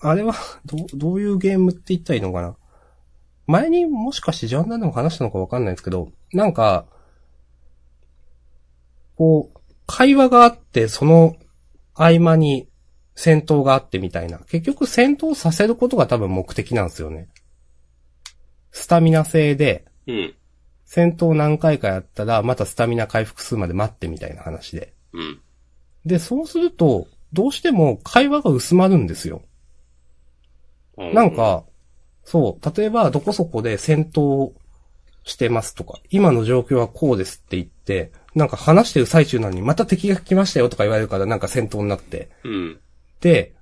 Speaker 2: あれは、どう、どういうゲームって言ったらいいのかな。前にもしかしてジャンダンでも話したのかわかんないですけど、なんか、こう、会話があって、その合間に戦闘があってみたいな。結局戦闘させることが多分目的なんですよね。スタミナ制で、
Speaker 1: うん。
Speaker 2: 戦闘何回かやったら、またスタミナ回復するまで待ってみたいな話で。
Speaker 1: うん。
Speaker 2: で、そうすると、どうしても会話が薄まるんですよ。
Speaker 1: うん
Speaker 2: なん、か、そう、例えばどこそこで戦闘してますとか、今の状況はこうですって言って、なんか話してる最中なのに、また敵が来ましたよとか言われるから、なんか戦闘になって。
Speaker 1: うん。
Speaker 2: で、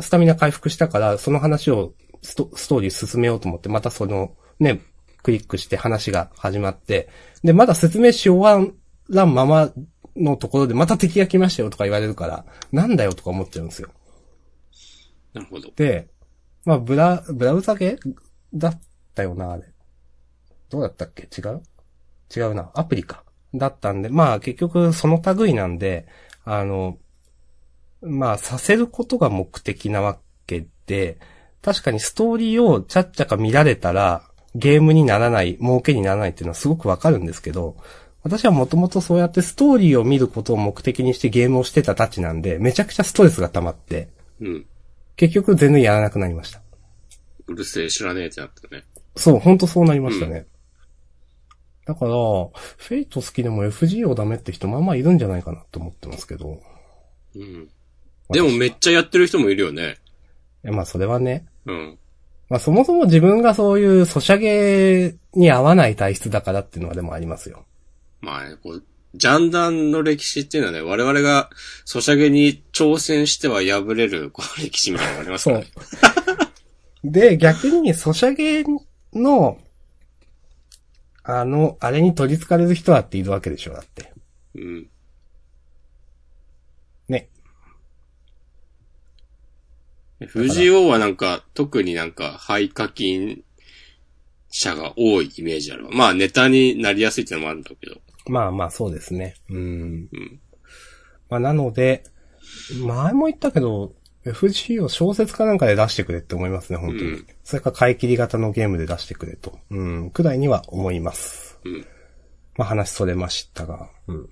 Speaker 2: スタミナ回復したから、その話をストストーリー進めようと思って、またその、ね、クリックして話が始まって、で、まだ説明し終わらんままのところで、また敵が来ましたよとか言われるから、なんだよとか思っちゃうんですよ。
Speaker 1: なるほど。
Speaker 2: で、まあ、ブラ、ブラウザ系だったよな、あれ。どうだったっけ違う違うな。アプリか。だったんで、まあ結局その類なんで、あの、まあさせることが目的なわけで、確かにストーリーをちゃっちゃか見られたら、ゲームにならない、儲けにならないっていうのはすごくわかるんですけど、私はもともとそうやってストーリーを見ることを目的にしてゲームをしてたたちなんで、めちゃくちゃストレスが溜まって、
Speaker 1: うん。
Speaker 2: 結局全然やらなくなりました。
Speaker 1: うるせえ、知らねえってなったね。
Speaker 2: そう、ほんとそうなりましたね。だから、フェイト好きでも FGO ダメって人まあまあいるんじゃないかなと思ってますけど。
Speaker 1: うん。でもめっちゃやってる人もいるよね。
Speaker 2: いやまあそれはね。
Speaker 1: うん。
Speaker 2: まあそもそも自分がそういうソシャゲに合わない体質だからっていうのはでもありますよ。
Speaker 1: まあ、こう、ジャンダンの歴史っていうのはね、我々がソシャゲに挑戦しては破れる、こう、歴史みたいなのがあります
Speaker 2: そ
Speaker 1: から
Speaker 2: う
Speaker 1: ね。。
Speaker 2: で、逆にソシャゲの、あの、あれに取り憑かれる人だっているわけでしょ、だって。
Speaker 1: うん。
Speaker 2: ね。
Speaker 1: FGO はなんか、特になんか、廃課金者が多いイメージあるわ。まあ、ネタになりやすいっていうのもあるんだけど。
Speaker 2: まあまあそうですね。うん。
Speaker 1: うん。
Speaker 2: まあ、なので、前も言ったけど、FG を小説かなんかで出してくれって思いますね、本当に。
Speaker 1: うん
Speaker 2: それか買い切り型のゲームで出してくれと。うん、くらいには思います。
Speaker 1: うん。
Speaker 2: まあ、話それましたが。うん。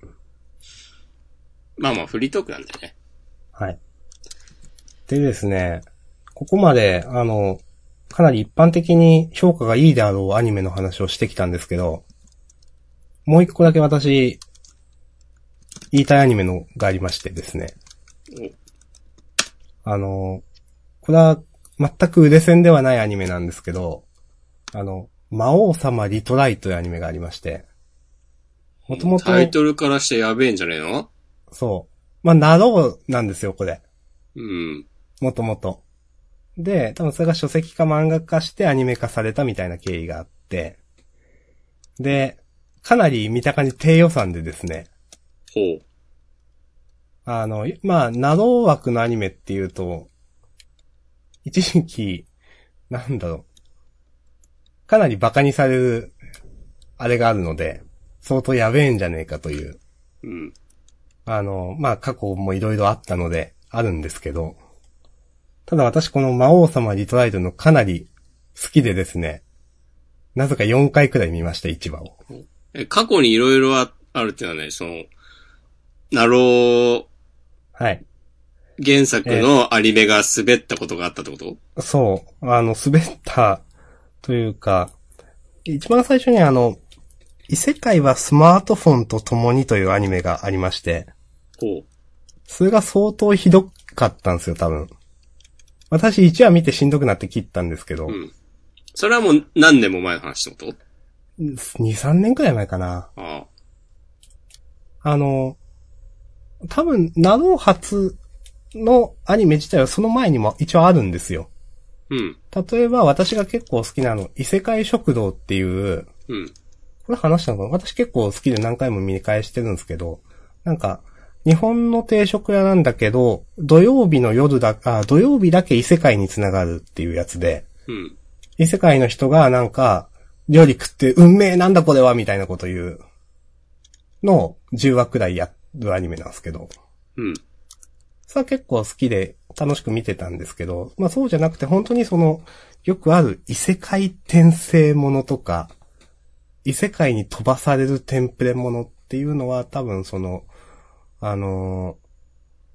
Speaker 1: まあまあ、フリートークなんでね。
Speaker 2: はい。でですね、ここまで、あの、かなり一般的に評価がいいであろうアニメの話をしてきたんですけど、もう一個だけ私、言いたいアニメのがありましてですね。あの、これは全く腕線ではないアニメなんですけど、あの、魔王様リトライというアニメがありまして、もともと、
Speaker 1: タイトルからしてやべえんじゃねえの
Speaker 2: そう。まあ、なろうなんですよ、これ。
Speaker 1: うん。
Speaker 2: もともと。で、多分それが書籍か漫画化してアニメ化されたみたいな経緯があって、で、かなり見た感じ低予算でですね、
Speaker 1: ほう。
Speaker 2: あの、まあ、ナロー枠のアニメっていうと、一時期、なんだろう、かなり馬鹿にされる、あれがあるので、相当やべえんじゃねえかという、
Speaker 1: うん。
Speaker 2: あの、まあ、過去もいろいろあったので、あるんですけど、ただ私この魔王様リトライドのかなり好きでですね、なぜか4回くらい見ました、1話を。
Speaker 1: え、過去にいろいろああるっていうのはね、その、ナロー
Speaker 2: はい。
Speaker 1: 原作のアニメが滑ったことがあったってこと、
Speaker 2: そう、あの、滑った、というか、一番最初にあの、異世界はスマートフォンと共にというアニメがありまして、
Speaker 1: ほう。
Speaker 2: それが相当ひどかったんですよ、多分。私1話見てしんどくなって切ったんですけど、
Speaker 1: うん。それはもう何年も前の話ってこと
Speaker 2: 2、3年くらい前かな。
Speaker 1: ああ。
Speaker 2: あの、多分、ナロー発のアニメ自体はその前にも一応あるんですよ。
Speaker 1: うん。
Speaker 2: 例えば私が結構好きなあの、異世界食堂っていう、
Speaker 1: うん。
Speaker 2: これ話したのかな私結構好きで何回も見返してるんですけど、なんか、日本の定食屋なんだけど、土曜日の夜だ、あ、土曜日だけ異世界に繋がるっていうやつで、
Speaker 1: うん。
Speaker 2: 異世界の人がなんか、料理食って、運命なんだこれはみたいなこと言うのを10話くらいやるアニメなんですけど、
Speaker 1: うん。
Speaker 2: それは結構好きで楽しく見てたんですけど、まあそうじゃなくて本当にその、よくある異世界転生ものとか、異世界に飛ばされるテンプレものっていうのは多分その、あのー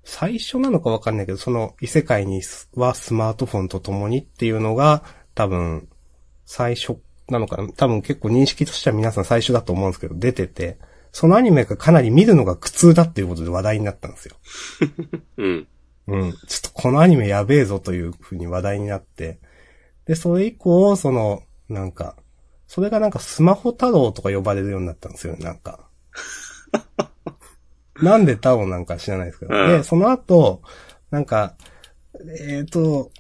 Speaker 2: 最初なのかわかんないけど、その異世界にすはスマートフォンと共にっていうのが多分最初なのかな多分結構認識としては皆さん最初だと思うんですけど、出てて、そのアニメがかなり見るのが苦痛だっていうことで話題になったんですよ。
Speaker 1: うん。
Speaker 2: うん。ちょっとこのアニメやべえぞというふうに話題になって。で、それ以降、その、なんか、それがなんかスマホ太郎とか呼ばれるようになったんですよね、なんか。 なんで太郎なんか知らないですけど。
Speaker 1: うん
Speaker 2: で、その後、なんか、えっ、と、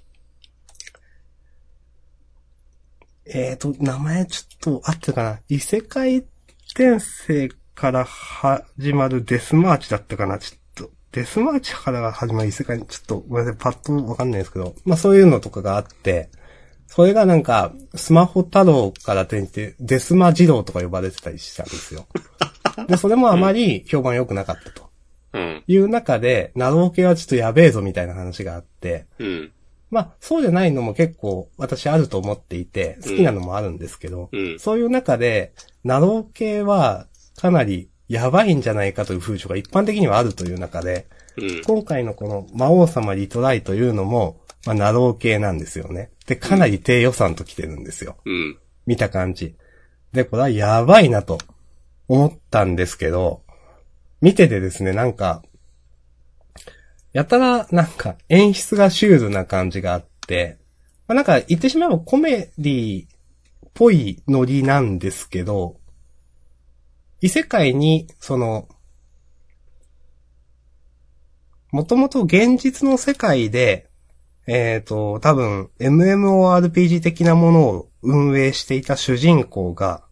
Speaker 2: えっ、と、名前ちょっと合ってるかな異世界転生から始まるデスマーチだったかなちょっと、デスマーチから始まる異世界に、ちょっと、ごめんなさい、パッとわかんないですけど、まあそういうのとかがあって、それがなんか、スマホ太郎から転じて、デスマ二郎とか呼ばれてたりしたんですよ。で、それもあまり評判良くなかったと
Speaker 1: うん。
Speaker 2: いう中で、ナロー系はちょっとやべえぞみたいな話があって、
Speaker 1: うん。
Speaker 2: まあ、そうじゃないのも結構私あると思っていて、好きなのもあるんですけど、
Speaker 1: うん。
Speaker 2: そういう中で、ナロー系はかなりやばいんじゃないかという風潮が一般的にはあるという中で、
Speaker 1: うん。
Speaker 2: 今回のこの魔王様リトライというのも、まあ、ナロー系なんですよね。で、かなり低予算と来てるんですよ。
Speaker 1: うん。
Speaker 2: 見た感じ。で、これはやばいなと思ったんですけど、見ててですね、なんか、やたらなんか演出がシュールな感じがあって、まあ、なんか言ってしまえばコメディっぽいノリなんですけど、異世界に、その、もともと現実の世界で、えっ、と、多分、MMORPG 的なものを運営していた主人公が、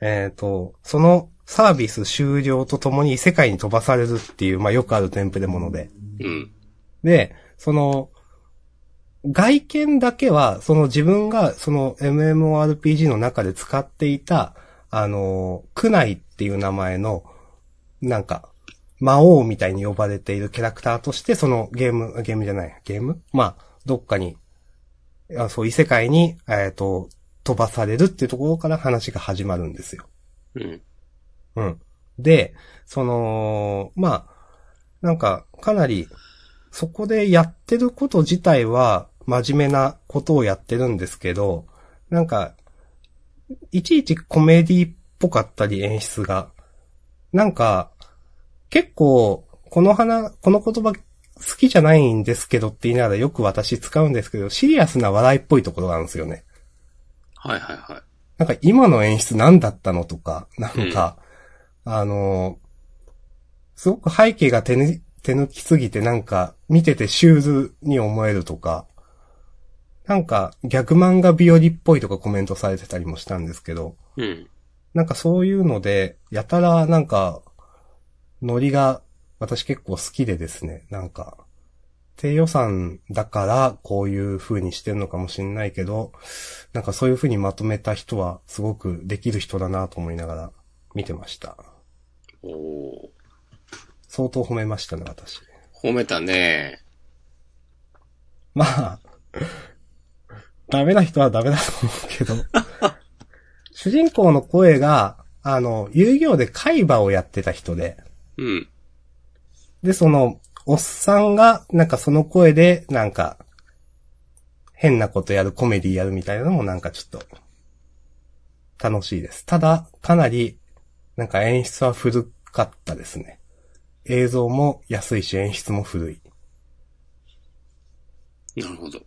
Speaker 2: えっ、と、そのサービス終了とともに異世界に飛ばされるっていう、まあよくあるテンプレもので。
Speaker 1: うん。
Speaker 2: で、その、外見だけは、その自分が、その MMORPG の中で使っていた、あの、クナイっていう名前の、なんか、魔王みたいに呼ばれているキャラクターとして、そのゲーム、ゲームじゃない、ゲームまあ、どっかに、あそう、異世界に、えっ、と、飛ばされるっていうところから話が始まるんですよ。
Speaker 1: うん。
Speaker 2: うん。で、その、まあ、なんか、かなり、そこでやってること自体は、真面目なことをやってるんですけど、なんか、いちいちコメディっぽかったり演出が。なんか、結構、この花、この言葉好きじゃないんですけどって言いながらよく私使うんですけど、シリアスな笑いっぽいところがあるんですよね。
Speaker 1: はいはいはい。
Speaker 2: なんか今の演出何だったのとか、なんか、あのー、すごく背景が手ぬ手抜きすぎてなんか見ててシューズに思えるとか、なんか逆漫画日和っぽいとかコメントされてたりもしたんですけど、
Speaker 1: うん。
Speaker 2: なんかそういうので、やたらなんか、ノリが私結構好きでですね、なんか、低予算だからこういう風にしてるのかもしれないけど、なんかそういう風にまとめた人はすごくできる人だなと思いながら見てました。
Speaker 1: おお
Speaker 2: 相当褒めましたね、私。
Speaker 1: ー。褒めたね
Speaker 2: まあ、ダメな人はダメだと思うけど、主人公の声が、あの、遊戯王で海馬をやってた人で、
Speaker 1: うん。
Speaker 2: で、その、おっさんが、なんかその声で、なんか、変なことやる、コメディやるみたいなのもなんかちょっと、楽しいです。ただ、かなり、なんか演出は古かったですね。映像も安いし演出も古い。
Speaker 1: なるほど。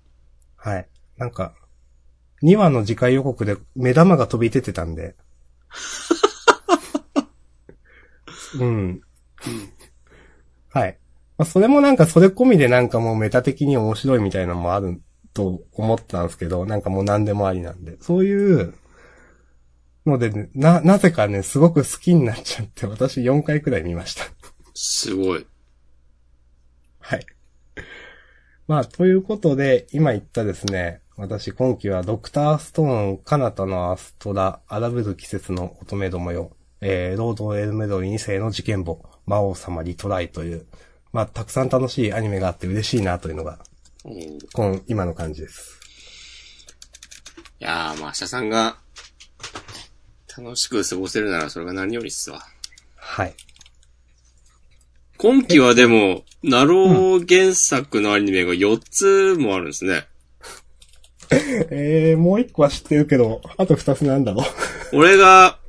Speaker 2: はい。なんか、2話の次回予告で目玉が飛び出てたんで。うん。はい。まあ、それもなんかそれ込みでなんかもうメタ的に面白いみたいなのもあると思ったんですけど、なんかもう何でもありなんで。そういうのでね、な、なぜかね、すごく好きになっちゃって、私4回くらい見ました。
Speaker 1: すごい。
Speaker 2: はい。まあ、ということで、今言ったですね、私今期はドクターストーン、カナタのアストラ、荒ぶる季節の乙女どもよ、えー、ロードエルメドリ2世の事件簿、魔王様リトライという、ままあ、たくさん楽しいアニメがあって嬉しいなというのが、
Speaker 1: おーい
Speaker 2: 今、今の感じです。
Speaker 1: やー、まあ、明日さんが、楽しく過ごせるならそれが何よりっすわ。
Speaker 2: はい。
Speaker 1: 今期はでも、ナロー原作のアニメが4つもあるんですね。
Speaker 2: えー、もう一個は知ってるけど、あと二つなんだろ
Speaker 1: 俺が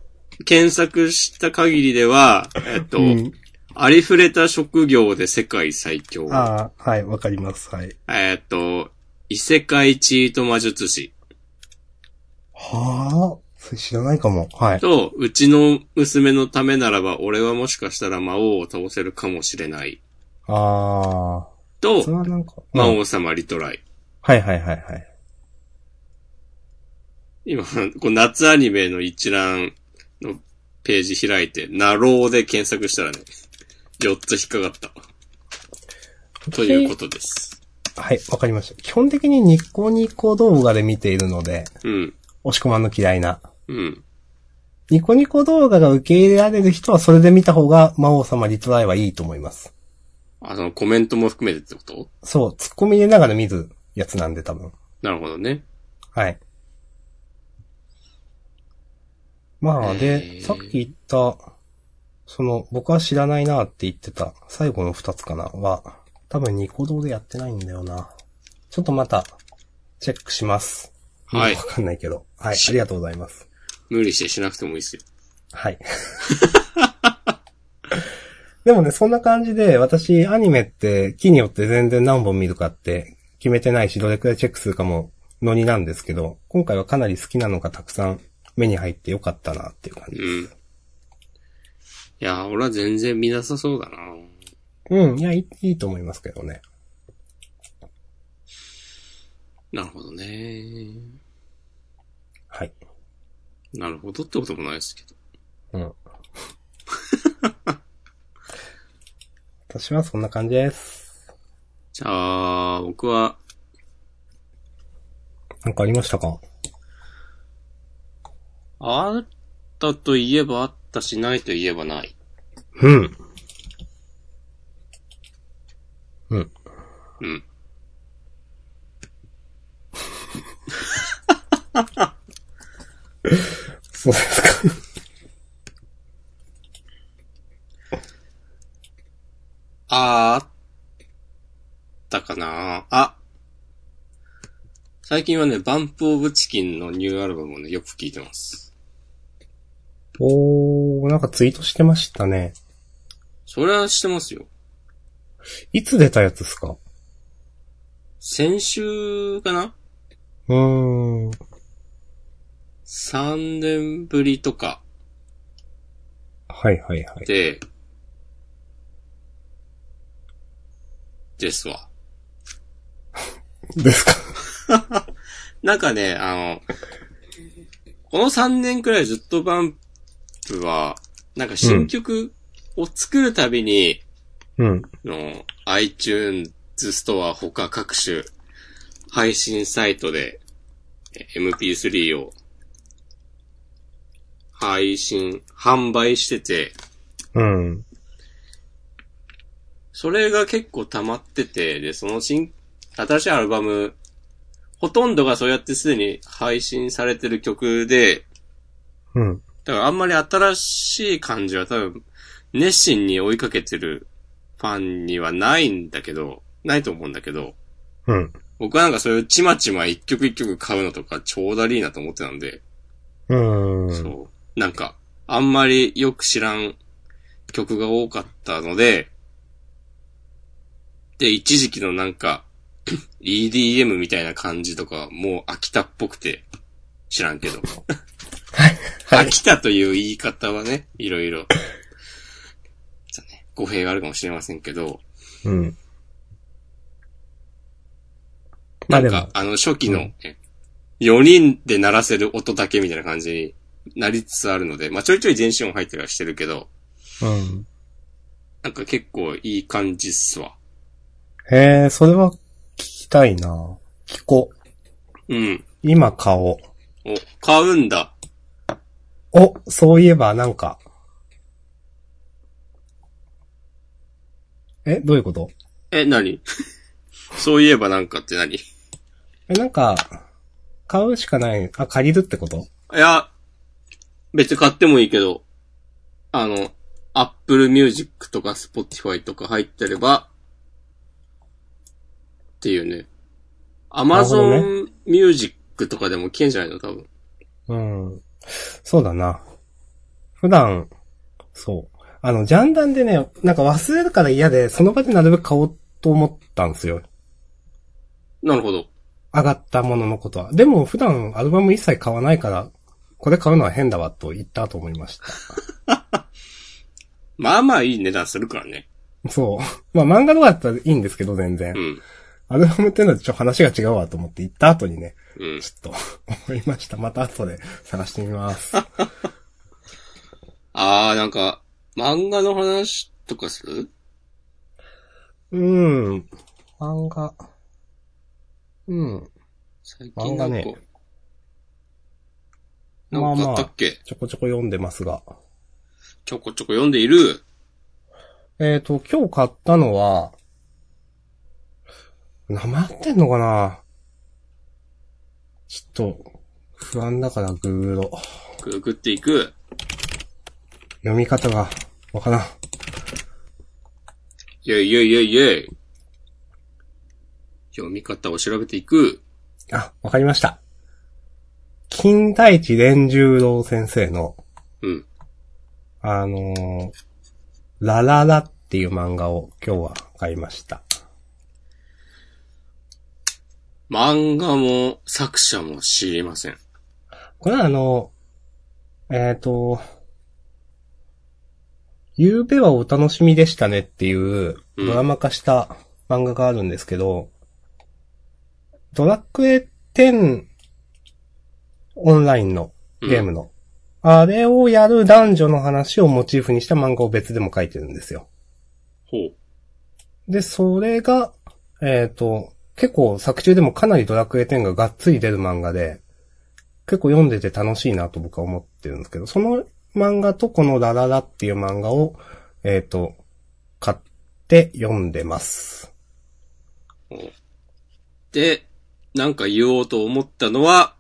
Speaker 1: 検索した限りでは、えっと、
Speaker 2: う。うん。
Speaker 1: ありふれた職業で世界最強。
Speaker 2: ああ、はい、わかります。はい。
Speaker 1: えっと、異世界チート魔術師
Speaker 2: はあ、それ知らないかも。はい。
Speaker 1: と、うちの娘のためならば、俺はもしかしたら魔王を倒せるかもしれない。
Speaker 2: ああ、それ
Speaker 1: と、
Speaker 2: はなんか、うん
Speaker 1: 魔王様リトライ。
Speaker 2: はいはいはいはい。
Speaker 1: 今、こう夏アニメの一覧のページ開いて、ナローで検索したらね、4つ引っかかった。ということです。
Speaker 2: はい、わかりました。基本的にニコニコ動画で見ているので、
Speaker 1: うん。
Speaker 2: 押し込まんの嫌いな。
Speaker 1: うん。
Speaker 2: ニコニコ動画が受け入れられる人はそれで見た方が魔王様リトライはいいと思います。
Speaker 1: あ、そのコメントも含めてってこと
Speaker 2: そう、突っ込み入れながら見るやつなんで多分。
Speaker 1: なるほどね。
Speaker 2: はい。まあ、
Speaker 1: へ
Speaker 2: で、
Speaker 1: ー
Speaker 2: さっき言った、その、僕は知らないなって言ってた、最後の二つかなは、多分ニコ動でやってないんだよな。ちょっとまた、チェックします。
Speaker 1: はい
Speaker 2: わかんないけど。はい、ありがとうございます。
Speaker 1: 無理してしなくてもいいっすよ。
Speaker 2: はい。 でもね、そんな感じで、私、アニメって、木によって全然何本見るかって決めてないし、どれくらいチェックするかも、のになんですけど、今回はかなり好きなのがたくさん目に入ってよかったなっていう感じ
Speaker 1: う。ん。いや、俺は全然見なさそうだな。
Speaker 2: うん、いや、いいいいと思いますけどね。
Speaker 1: なるほどね。
Speaker 2: はい。
Speaker 1: なるほどってこともないですけど。
Speaker 2: うん。私はそんな感じです。
Speaker 1: じゃあ、僕は、
Speaker 2: なんかありましたか
Speaker 1: あったといえばあったし、ないといえばない。
Speaker 2: うん。うん。
Speaker 1: うん。
Speaker 2: そうですか。
Speaker 1: あーあったかなあ。最近はね、バンプオブチキンのニューアルバムをね、よく聞いてます。
Speaker 2: おー、なんかツイートしてましたね。
Speaker 1: それはしてますよ。
Speaker 2: いつ出たやつですか
Speaker 1: 先週かな
Speaker 2: うーん。
Speaker 1: ?3 年ぶりとか
Speaker 2: はいはいはい。
Speaker 1: で、ですわ。
Speaker 2: ですか
Speaker 1: なんかね、あの、この3年くらいずっとバンプは、なんか新曲を作るたびに、
Speaker 2: うん。
Speaker 1: の iTunes ストア他各種配信サイトでえ MP3 を配信、販売してて、
Speaker 2: うん。
Speaker 1: それが結構溜まってて、で、その新、新しいアルバム、ほとんどがそうやってすでに配信されてる曲で、
Speaker 2: うん。
Speaker 1: だからあんまり新しい感じは多分、熱心に追いかけてるファンにはないんだけど、ないと思うんだけど、
Speaker 2: うん。
Speaker 1: 僕はなんかそういうちまちま一曲一曲買うのとかちょうだりーなと思ってたんで、
Speaker 2: うーん。
Speaker 1: そう。なんか、あんまりよく知らん曲が多かったので、で、一時期のなんか、EDM みたいな感じとか、もう飽きたっぽくて、知らんけど。飽きたという言い方はね、いろいろ、ちょっとね語弊があるかもしれませんけど、
Speaker 2: うん。
Speaker 1: な
Speaker 2: まあ
Speaker 1: ん
Speaker 2: で
Speaker 1: か
Speaker 2: も、、
Speaker 1: あの、初期
Speaker 2: う
Speaker 1: の
Speaker 2: ん、
Speaker 1: 4人で鳴らせる音だけみたいな感じになりつつあるので、まあちょいちょい全身音入ってるはしてるけど、
Speaker 2: うん。
Speaker 1: なんか結構いい感じっすわ。
Speaker 2: へえ、それは聞きたいな聞こう。
Speaker 1: うん。
Speaker 2: 今買おう。
Speaker 1: お、買うんだ。
Speaker 2: お、そういえばなんか。え、どういうこと
Speaker 1: え、何 そういえばなんかって何い
Speaker 2: え、なんか、買うしかない、あ、借りるってこと
Speaker 1: や、別に買ってもいいけど、あの、Apple Music とか Spotify とか入ってれば、っていうね。
Speaker 2: るほどね
Speaker 1: Amazon Music とかでも聞けんじゃないの多分。
Speaker 2: うん。そうだな。普段、そう。あの、ジャンダンでね、なんか忘れるから嫌で、その場でなるべく買おうと思ったんですよ。
Speaker 1: なるほど。
Speaker 2: 上がったもののことは。でも普段アルバム一切買わないから、これ買うのは変だわと言ったと思いました。
Speaker 1: まあまあいい値段するからね。
Speaker 2: そう。まあ漫画とかだったらいいんですけど、全然
Speaker 1: う。ん。
Speaker 2: アルバムっていうのはちょっと話が違うわと思って行った後にね、
Speaker 1: うん。
Speaker 2: ちょっと思いました。また後で探してみます。
Speaker 1: あー、なんか、漫画の話とかする
Speaker 2: うん。漫画。うん。
Speaker 1: 最近なんか、
Speaker 2: 漫画ね
Speaker 1: なんかあったっけ、
Speaker 2: ちょこちょこ読んでますが。
Speaker 1: ちょこちょこ読んでいる。
Speaker 2: えっ、と、今日買ったのは、なまってんのかなちょっと、不安だからグーグロ。
Speaker 1: くぐっていく。
Speaker 2: 読み方が、わからん。
Speaker 1: イェイイェイイェイイェイ。読み方を調べていく。
Speaker 2: あ、わかりました。金田一連十郎先生の、
Speaker 1: うん。
Speaker 2: あのーラララっていう漫画を今日は買いました。
Speaker 1: 漫画も作者も知りません。
Speaker 2: これはあの、えっ、と、ゆうべはお楽しみでしたねっていう
Speaker 1: うん
Speaker 2: ドラマ化した漫画があるんですけど、ドラクエ10オンラインの
Speaker 1: うん
Speaker 2: ゲームの、あれをやる男女の話をモチーフにした漫画を別でも書いてるんですよ。
Speaker 1: ほう。
Speaker 2: で、それが、えっ、と、結構作中でもかなりドラクエ10ががっつり出る漫画で、結構読んでて楽しいなと僕は思ってるんですけど、その漫画とこのラララっていう漫画を、えっ、と、買って読んでます。
Speaker 1: で、なんか言おうと思ったのは、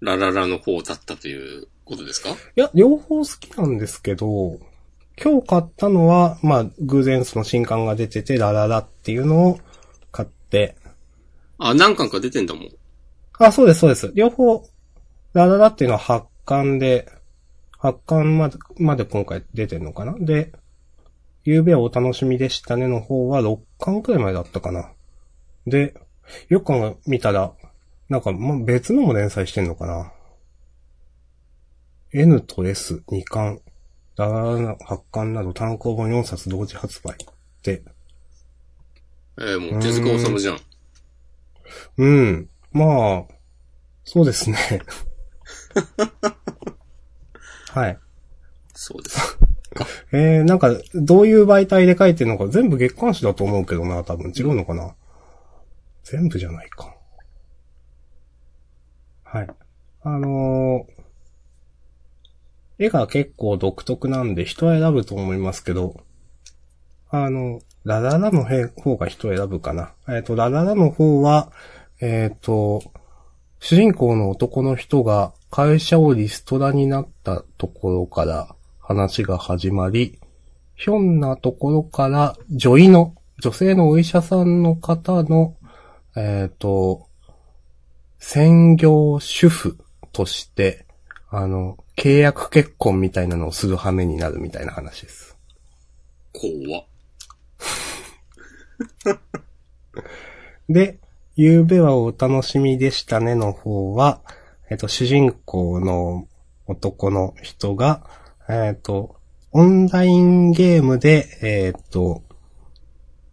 Speaker 1: ラララの方だったということですか
Speaker 2: いや、両方好きなんですけど、今日買ったのは、まあ、偶然その新刊が出てて、ラララっていうのを買って、
Speaker 1: あ、何巻か出てんだもん。
Speaker 2: あ、そうです、そうです。両方、ラララっていうのは発刊で、発刊まで、まで今回出てんのかなで、ゆうべはお楽しみでしたねの方は6巻くらい前だったかな。で、よく考え見たら、なんか、ま、別のも連載してんのかな。N と S2 巻、ラララの発刊など単行本4冊同時発売って、
Speaker 1: えー、もう手塚治虫じゃん。
Speaker 2: うん。まあ、そうですね。はい。
Speaker 1: そうです。
Speaker 2: えー、なんか、どういう媒体で書いてるのか、全部月刊誌だと思うけどな、多分違うのかな。全部じゃないか。はい。あのー絵が結構独特なんで人は選ぶと思いますけど、あの、ラララの方が人を選ぶかな。えっ、と、ラララの方は、えっ、と、主人公の男の人が会社をリストラになったところから話が始まり、ひょんなところから女医の、女性のお医者さんの方の、えっ、と、専業主婦として、あの、契約結婚みたいなのをする羽目になるみたいな話です。
Speaker 1: 怖っ。
Speaker 2: で、ゆうべはお楽しみでしたねの方は、えっと、主人公の男の人が、えっと、オンラインゲームで、えっと、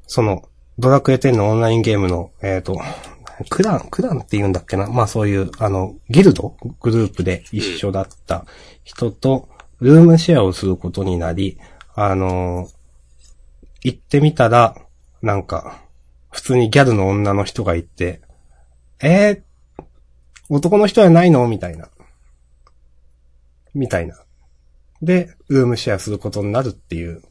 Speaker 2: その、ドラクエ10のオンラインゲームの、えっと、クラン、クランって言うんだっけなまあそういう、あの、ギルドグループで一緒だった人と、ルームシェアをすることになり、あの行ってみたら、なんか、普通にギャルの女の人がいて、えー男の人はないのみたいな。みたいな。で、ルームシェアすることになるっていう。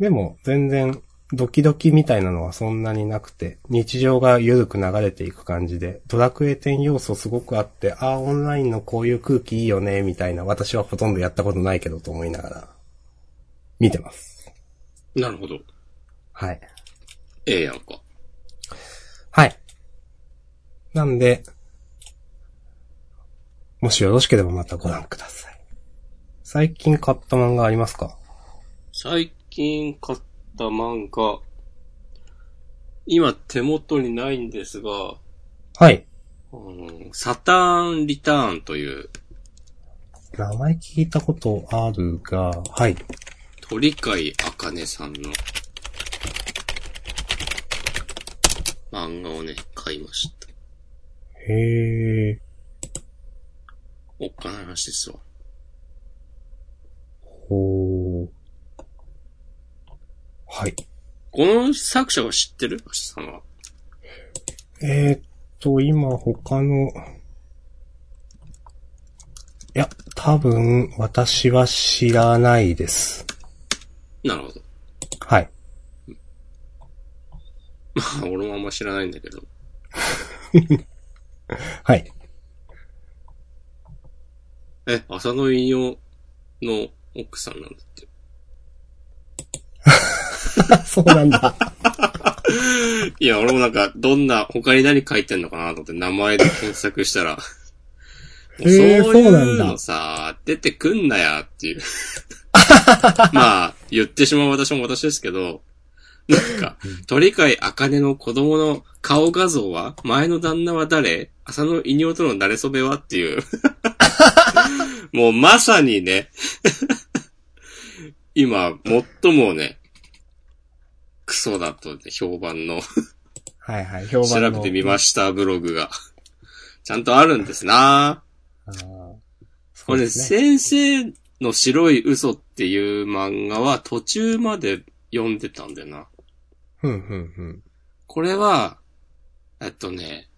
Speaker 2: でも、全然、ドキドキみたいなのはそんなになくて、日常が緩く流れていく感じで、ドラクエ10要素すごくあって、ああ、オンラインのこういう空気いいよね、みたいな、私はほとんどやったことないけどと思いながら、見てます。
Speaker 1: なるほど。
Speaker 2: はい。
Speaker 1: ええやんか。
Speaker 2: はい。なんで、もしよろしければまたご覧ください。最近買った漫画ありますか
Speaker 1: 最近買った漫画、今手元にないんですが、
Speaker 2: はい。
Speaker 1: あのサターンリターンという
Speaker 2: 名前聞いたことあるが、はい。
Speaker 1: 鳥海茜さんの漫画をね、買いました。
Speaker 2: へー。
Speaker 1: おっかない話ですわ。
Speaker 2: ほー。はい。
Speaker 1: この作者は知ってる橋さんは。
Speaker 2: えー、っと、今他の、いや、多分私は知らないです。
Speaker 1: なるほど。
Speaker 2: はい。
Speaker 1: まあ、 俺もあんま知らないんだけど。
Speaker 2: はい。
Speaker 1: え、浅野引用の奥さんなんだって。
Speaker 2: そうなんだ。
Speaker 1: いや、俺もなんか、どんな、他に何書いてんのかなと思って名前で検索したら、
Speaker 2: へー
Speaker 1: そうい
Speaker 2: そうなん
Speaker 1: う
Speaker 2: だ
Speaker 1: のさ、出てくんなやっていう。 まあ、言ってしまう私も私ですけど、なんか、鳥飼茜の子供の顔画像は前の旦那は誰浅野稲夫との慣れそべはって いう。もうまさにね、今、最もね、クソだと、ね、評判の
Speaker 2: はいはい、評判
Speaker 1: 調
Speaker 2: の。
Speaker 1: べてみました、ブログが。 ちゃんとあるんですな
Speaker 2: あーそ
Speaker 1: こ
Speaker 2: う
Speaker 1: れ、
Speaker 2: ですね。
Speaker 1: 先生の白い嘘っていう漫画は途中まで読んでたんだよな。
Speaker 2: ふんふんふん。
Speaker 1: これは、えっとね、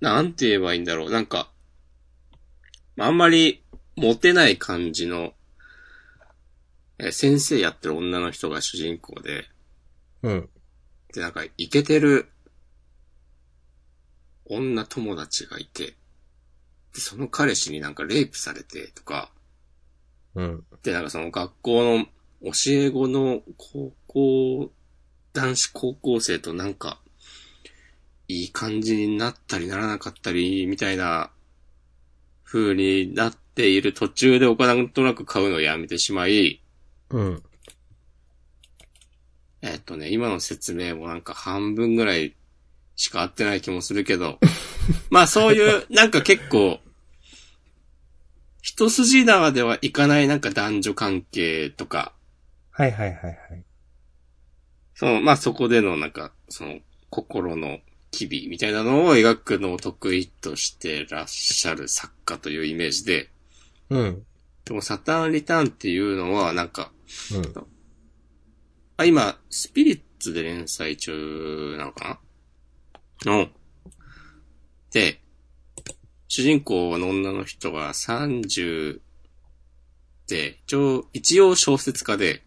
Speaker 1: なんて言えばいいんだろう。なんか、あんまりモテない感じの、え先生やってる女の人が主人公で、
Speaker 2: うん。
Speaker 1: で、なんか、イケてる、女友達がいて、で、その彼氏になんかレイプされて、とか、
Speaker 2: うん。
Speaker 1: で、なんかその学校の教え子の高校、男子高校生となんか、いい感じになったりならなかったり、みたいな風になっている途中でお金なんとなく買うのをやめてしまい、
Speaker 2: うん。
Speaker 1: えっとね、今の説明もなんか半分ぐらいしか合ってない気もするけど、まあそういう、なんか結構、一筋縄ではいかないなんか男女関係とか、
Speaker 2: はいはいはいはい。
Speaker 1: その、まあそこでのなんか、その、心の機微みたいなのを描くのを得意としてらっしゃる作家というイメージで、
Speaker 2: うん。
Speaker 1: でもサターンリターンっていうのはなんか、
Speaker 2: うん。
Speaker 1: あ、今、スピリッツで連載中なのかなの。で、主人公の女の人が30で、一応、一応小説家で、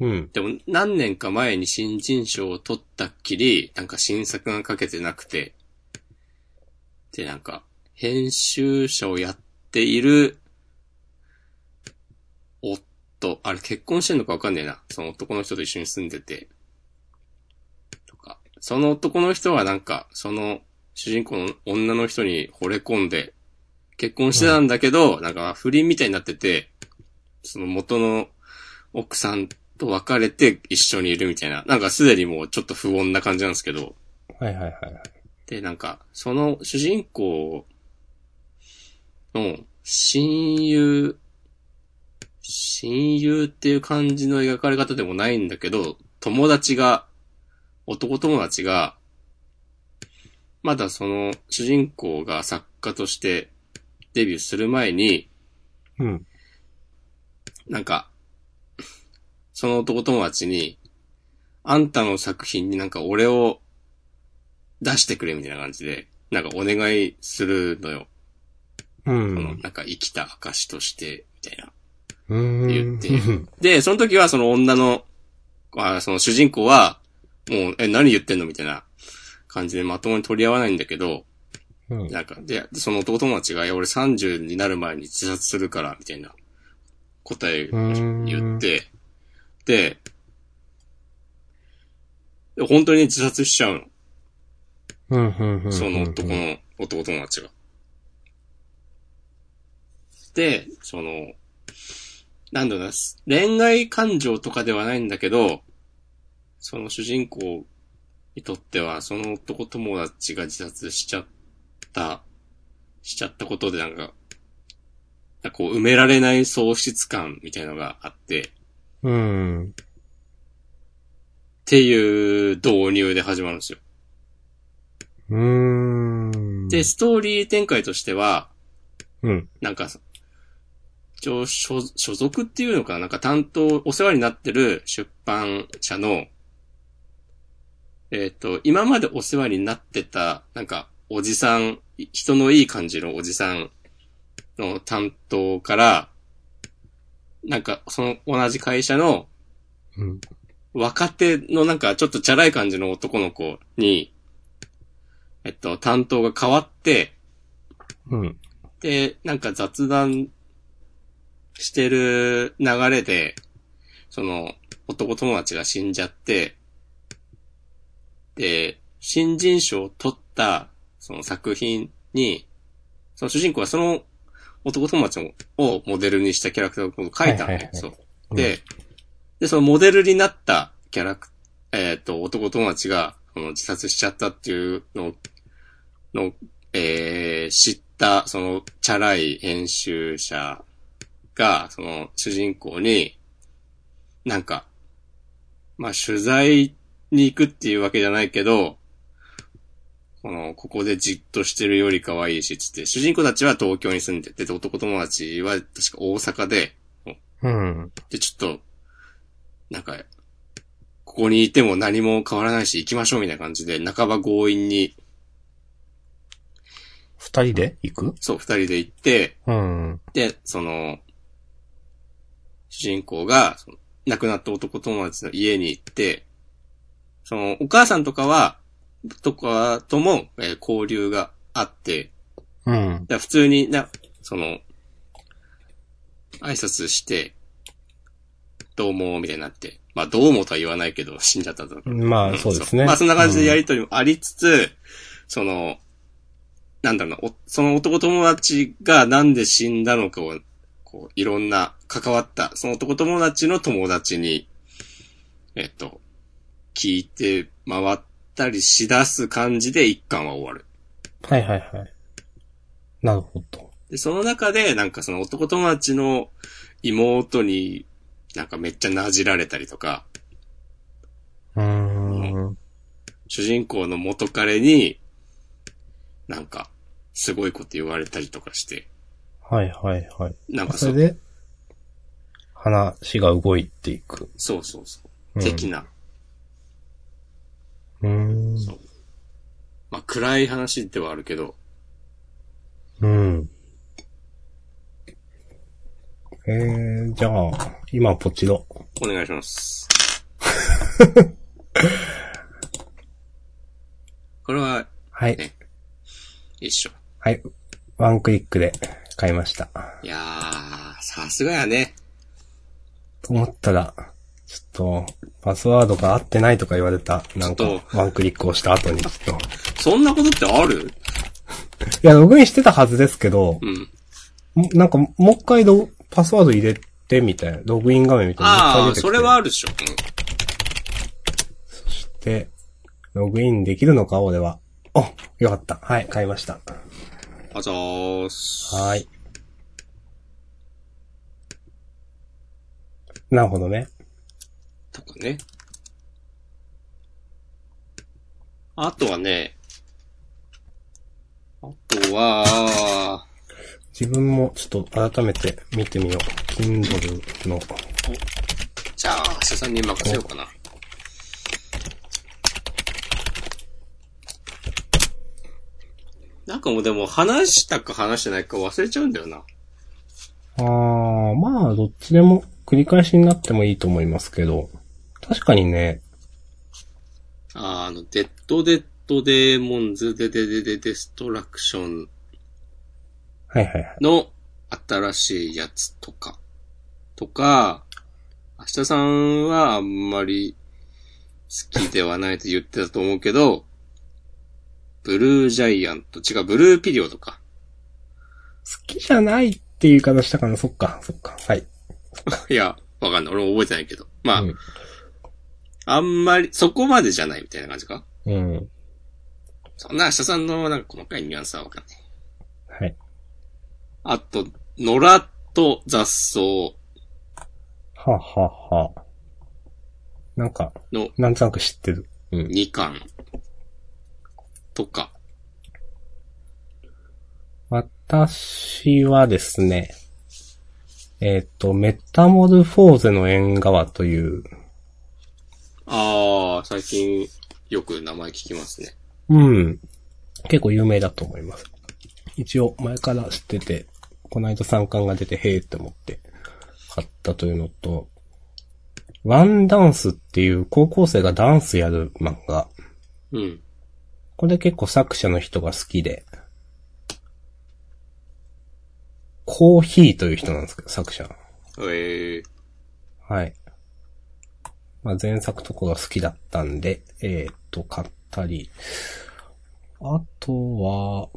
Speaker 2: うん。
Speaker 1: でも何年か前に新人賞を取ったっきり、なんか新作が書けてなくて、で、なんか、編集者をやっている、夫、あれ結婚してんのかわかんねえな。その男の人と一緒に住んでて、とか、その男の人はなんか、その主人公の女の人に惚れ込んで、結婚してたんだけど、なんか不倫みたいになってて、その元の奥さんと別れて一緒にいるみたいな。なんかすでにもうちょっと不穏な感じなんですけど。
Speaker 2: はいはいはいはい。
Speaker 1: で、なんか、その主人公の親友、親友っていう感じの描かれ方でもないんだけど、友達が、男友達が、まだその主人公が作家としてデビューする前に、
Speaker 2: うん。
Speaker 1: なんか、 その男友達に、あんたの作品になんか俺を出してくれみたいな感じで、なんかお願いするのよ。
Speaker 2: う
Speaker 1: その
Speaker 2: ん。
Speaker 1: なんか生きた証として、みたいな。
Speaker 2: うー
Speaker 1: 言
Speaker 2: ん。
Speaker 1: ってで、その時はその女の、あその主人公は、もう、え、何言ってんのみたいな感じでまともに取り合わないんだけど、
Speaker 2: うん。
Speaker 1: なんか、で、その男友達が、いや、俺30になる前に自殺するから、みたいな答え
Speaker 2: うん
Speaker 1: 言って、で、で本当に自殺しちゃう
Speaker 2: うんうんうん。
Speaker 1: の。その男の男友達が。で、その、なんだろうな、恋愛感情とかではないんだけど、その主人公にとっては、その男友達が自殺しちゃった、しちゃったことでなんか、なんかこう埋められない喪失感みたいのがあって、
Speaker 2: うん。
Speaker 1: っていう導入で始まるんですよ。
Speaker 2: うーん。
Speaker 1: で、、ストーリー展開としては、
Speaker 2: うん。
Speaker 1: なんか、一応所、所属っていうのかななんか担当、お世話になってる出版社の、えっ、と、今までお世話になってた、なんか、おじさん、い人のいい感じのおじさんの担当から、なんか、その同じ会社の
Speaker 2: うん。
Speaker 1: 若手のなんかちょっとチャラい感じの男の子に、えっと、担当が変わって、
Speaker 2: うん。
Speaker 1: で、なんか雑談してる流れで、その、男友達が死んじゃって、で、新人賞を取った、その作品に、その主人公はその男友達をモデルにしたキャラクターを描いたん
Speaker 2: はいはい
Speaker 1: で
Speaker 2: はい
Speaker 1: すよ。で、で、そのモデルになったキャラク、えっ、と、男友達が、この自殺しちゃったっていうのをの、えー、知った、その、チャラい編集者が、その、主人公に、なんか、まあ、取材に行くっていうわけじゃないけど、この、ここでじっとしてるよりかはいいし、つって、主人公たちは東京に住んでて、で男友達は確か大阪で、
Speaker 2: うん。
Speaker 1: で、ちょっと、なんか、ここにいても何も変わらないし行きましょうみたいな感じで、半ば強引に、
Speaker 2: 二人で行く
Speaker 1: そう、二人で行って、
Speaker 2: うん。
Speaker 1: で、その、主人公が、その亡くなった男友達の家に行って、その、お母さんとかは、とかとも、えー交流があって、
Speaker 2: うん。
Speaker 1: だから普通にな、その、挨拶して、どうも、みたいになって。まあ、どうもとは言わないけど、死んじゃったと。
Speaker 2: まあ、そうですね。
Speaker 1: まあ、そんな感じでや
Speaker 2: り、
Speaker 1: りとりもありつつ、その、なんだろうな、おその男友達がなんで死んだのかを、こう、いろんな関わった、その男友達の友達に、えっと、聞いて回ったりしだす感じで一巻は終わる。
Speaker 2: はいはいはい。なるほど。
Speaker 1: で、その中で、なんかその男友達の妹に、なんかめっちゃなじられたりとか、
Speaker 2: うーん。
Speaker 1: 主人公の元彼に、なんか、すごいこと言われたりとかして、
Speaker 2: はいはいはい。
Speaker 1: なんかそ
Speaker 2: それ
Speaker 1: う、
Speaker 2: で、話が動いていく。
Speaker 1: そうそうそうう、
Speaker 2: ん
Speaker 1: 的な、
Speaker 2: うーん。
Speaker 1: そう。まあ、暗い話ではあるけど、
Speaker 2: うん。えー、じゃあ、今ポチロ。
Speaker 1: お願いします。これは、
Speaker 2: はい。
Speaker 1: 一緒。
Speaker 2: はい。ワンクリックで買いました。
Speaker 1: いやー、さすがやね。
Speaker 2: と思ったら、ちょっと、パスワードが合ってないとか言われた。なんか
Speaker 1: ちょっ、
Speaker 2: ワンクリックをした後に、ちょっと。
Speaker 1: そんなことってある
Speaker 2: いや、ログインしてたはずですけど、
Speaker 1: うん。
Speaker 2: もなんか、もう一回ロパスワード入れてみたいな、ログイン画面みたいなのもう一回
Speaker 1: あ
Speaker 2: 出
Speaker 1: あ、
Speaker 2: てきて。
Speaker 1: それはあるでしょ。
Speaker 2: そして、ログインできるのか、俺は。あ、よかった。はい、買いました。
Speaker 1: うん。あざーす。
Speaker 2: はーい。なるほどね。
Speaker 1: とかね。あとはね、あとは、
Speaker 2: 自分もちょっと改めて見てみよう。Kindle の。
Speaker 1: じゃあ、明日さんに任せようかな。なんかもうでも話したか話してないか忘れちゃうんだよな。
Speaker 2: あー、まあ、どっちでも繰り返しになってもいいと思いますけど、確かにね、
Speaker 1: あーあの、デッドデッドデーモンズデデデデデストラクション
Speaker 2: はいはいはい。
Speaker 1: の新しいやつとか、とか、明日さんはあんまり好きではないと言ってたと思うけど、ブルージャイアント、違う、ブルーピリオドか。
Speaker 2: 好きじゃないっていう言い方したかな、そっか、そっか、はい。
Speaker 1: いや、わかんない。俺も覚えてないけど。まあ、
Speaker 2: うん
Speaker 1: あんまり、そこまでじゃないみたいな感じか。
Speaker 2: うん。
Speaker 1: そんな明日さんのなんか細かいニュアンスはわかんない。
Speaker 2: はい。
Speaker 1: あと、野良と雑草
Speaker 2: はあ、はあはあ、なんか、
Speaker 1: の
Speaker 2: なんとなく知ってる。うん。
Speaker 1: 2巻とか。
Speaker 2: 私はですね、えっ、と、メタモルフォーゼの縁側という、
Speaker 1: ああ、最近よく名前聞きますね。
Speaker 2: うん。結構有名だと思います。一応前から知ってて、この間三巻が出て、へーって思って買ったというのと、ワンダンスっていう高校生がダンスやる漫画。
Speaker 1: うん。
Speaker 2: これ結構作者の人が好きで、コーヒーという人なんですけど、作者。
Speaker 1: ええ
Speaker 2: はい。まあ、前作とかが好きだったんで、えーっと、買ったり。あとは、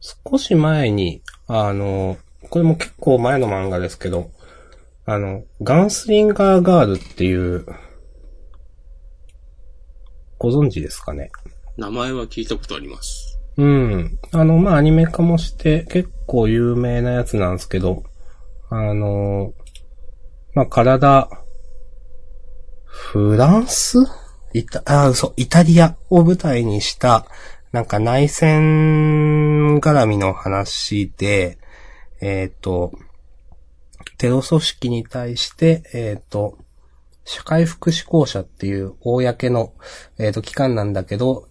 Speaker 2: 少し前に、あの、これも結構前の漫画ですけど、あの、ガンスリンガーガールっていう、ご存知ですかね
Speaker 1: 名前は聞いたことあります。
Speaker 2: うん。あの、まあ、アニメ化もして、結構有名なやつなんですけど、あの、まあ、体、フランスイタ、あ、嘘、イタリアを舞台にした、なんか内戦絡みの話で、えっ、と、テロ組織に対して、えっ、と、社会福祉公社っていう公の、えっ、と、機関なんだけど、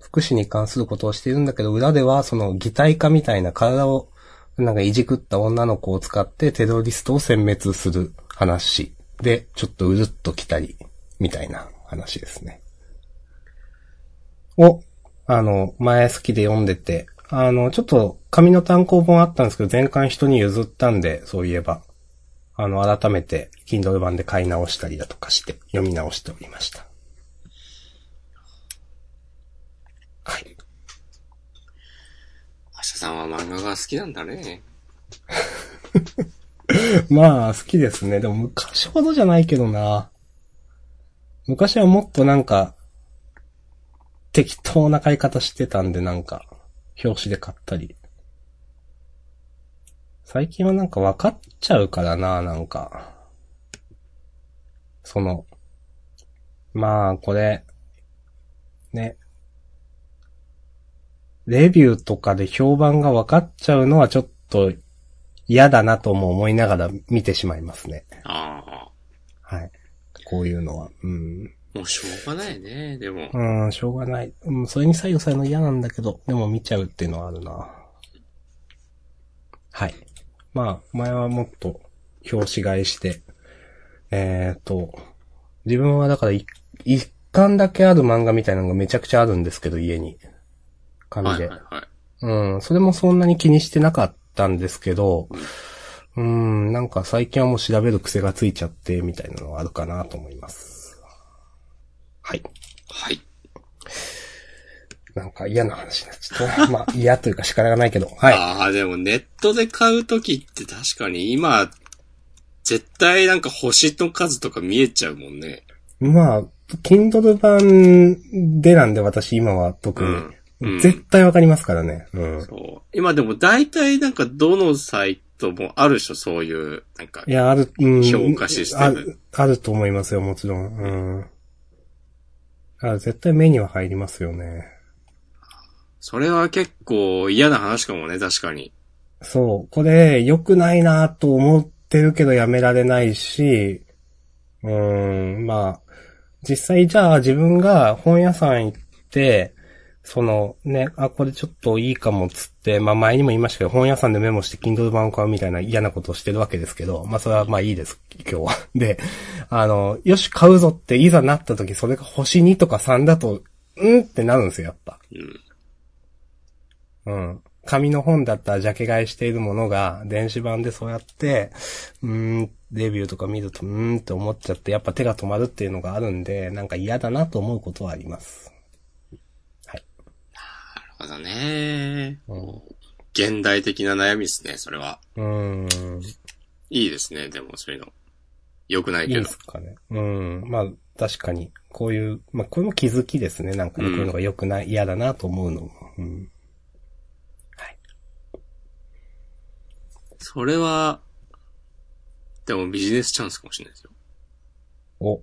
Speaker 2: 福祉に関することをしているんだけど、裏ではその擬態化みたいな体をなんかいじくった女の子を使ってテロリストを殲滅する話で、ちょっとうるっと来たり、みたいな話ですね。を、あの、前好きで読んでて、あの、ちょっと紙の単行本あったんですけど、全巻人に譲ったんで、そういえば、あの、改めて Kindle 版で買い直したりだとかして、読み直しておりました。はい。
Speaker 1: 明日さんは漫画が好きなんだね。
Speaker 2: まあ、好きですね。でも昔ほどじゃないけどな。昔はもっとなんか、適当な買い方してたんで、なんか、表紙で買ったり。最近はなんか分かっちゃうからな、なんか。その、まあ、これ、ね。レビューとかで評判が分かっちゃうのはちょっと嫌だなとも思いながら見てしまいますね。
Speaker 1: ああ。
Speaker 2: はい。こういうのは。うん。
Speaker 1: もうしょうがないね、でも。
Speaker 2: うん、しょうがない。うん、それに左右されるの嫌なんだけど、でも見ちゃうっていうのはあるな。はい。まあ、前はもっと表紙買いして、えーと、自分はだからい一巻だけある漫画みたいなのがめちゃくちゃあるんですけど、家に。紙で。
Speaker 1: はいはいはい。
Speaker 2: うん、それもそんなに気にしてなかったんですけど、うん、なんか最近はもう調べる癖がついちゃって、みたいなのはあるかなと思います。はい。
Speaker 1: はい。
Speaker 2: なんか嫌な話になっちゃったな。まあ嫌というか仕方がないけど、 はい。
Speaker 1: ああ、でもネットで買うときって確かに今、絶対なんか星の数とか見えちゃうもんね。
Speaker 2: まあ、Kindle 版でなんで私今は特に。
Speaker 1: うんうん
Speaker 2: 絶対わかりますからね。うん。
Speaker 1: そう。今でも大体なんかどのサイトもあるでしょ、そういう、なんか
Speaker 2: い。や、ある、うん。
Speaker 1: 評価システム
Speaker 2: あ。あると思いますよ、もちろん。うん。あ絶対目には入りますよね。
Speaker 1: それは結構嫌な話かもね、確かに。
Speaker 2: そう、これ良くないなと思ってるけどやめられないし、うーん、まあ、実際じゃあ自分が本屋さん行って、そのね、あ、これちょっといいかもっつって、まあ前にも言いましたけど、本屋さんでメモして Kindle 版を買うみたいな嫌なことをしてるわけですけど、まあそれはまあいいです、今日は。 で、あの、よし買うぞっていざなった時、それが星2とか3だと、うんってなるんですよ、やっぱ。
Speaker 1: うん。
Speaker 2: うん。紙の本だったらジャケ買いしているものが、電子版でそうやって、うーん、レビューとか見ると、うーんって思っちゃって、やっぱ手が止まるっていうのがあるんで、なんか嫌だなと思うことはあります。
Speaker 1: なるほどね。現代的な悩みですね、それは。
Speaker 2: うーん。
Speaker 1: いいですね、でもそういうの。良くない
Speaker 2: いい
Speaker 1: け
Speaker 2: で
Speaker 1: ど。
Speaker 2: すかね。うん。まあ、確かに、こういう、まあ、これも気づきですね。なんかね、
Speaker 1: うん
Speaker 2: こういうのが良くない、嫌だなと思うのも。うん。
Speaker 1: それは、でもビジネスチャンスかもしれないですよ。
Speaker 2: お。い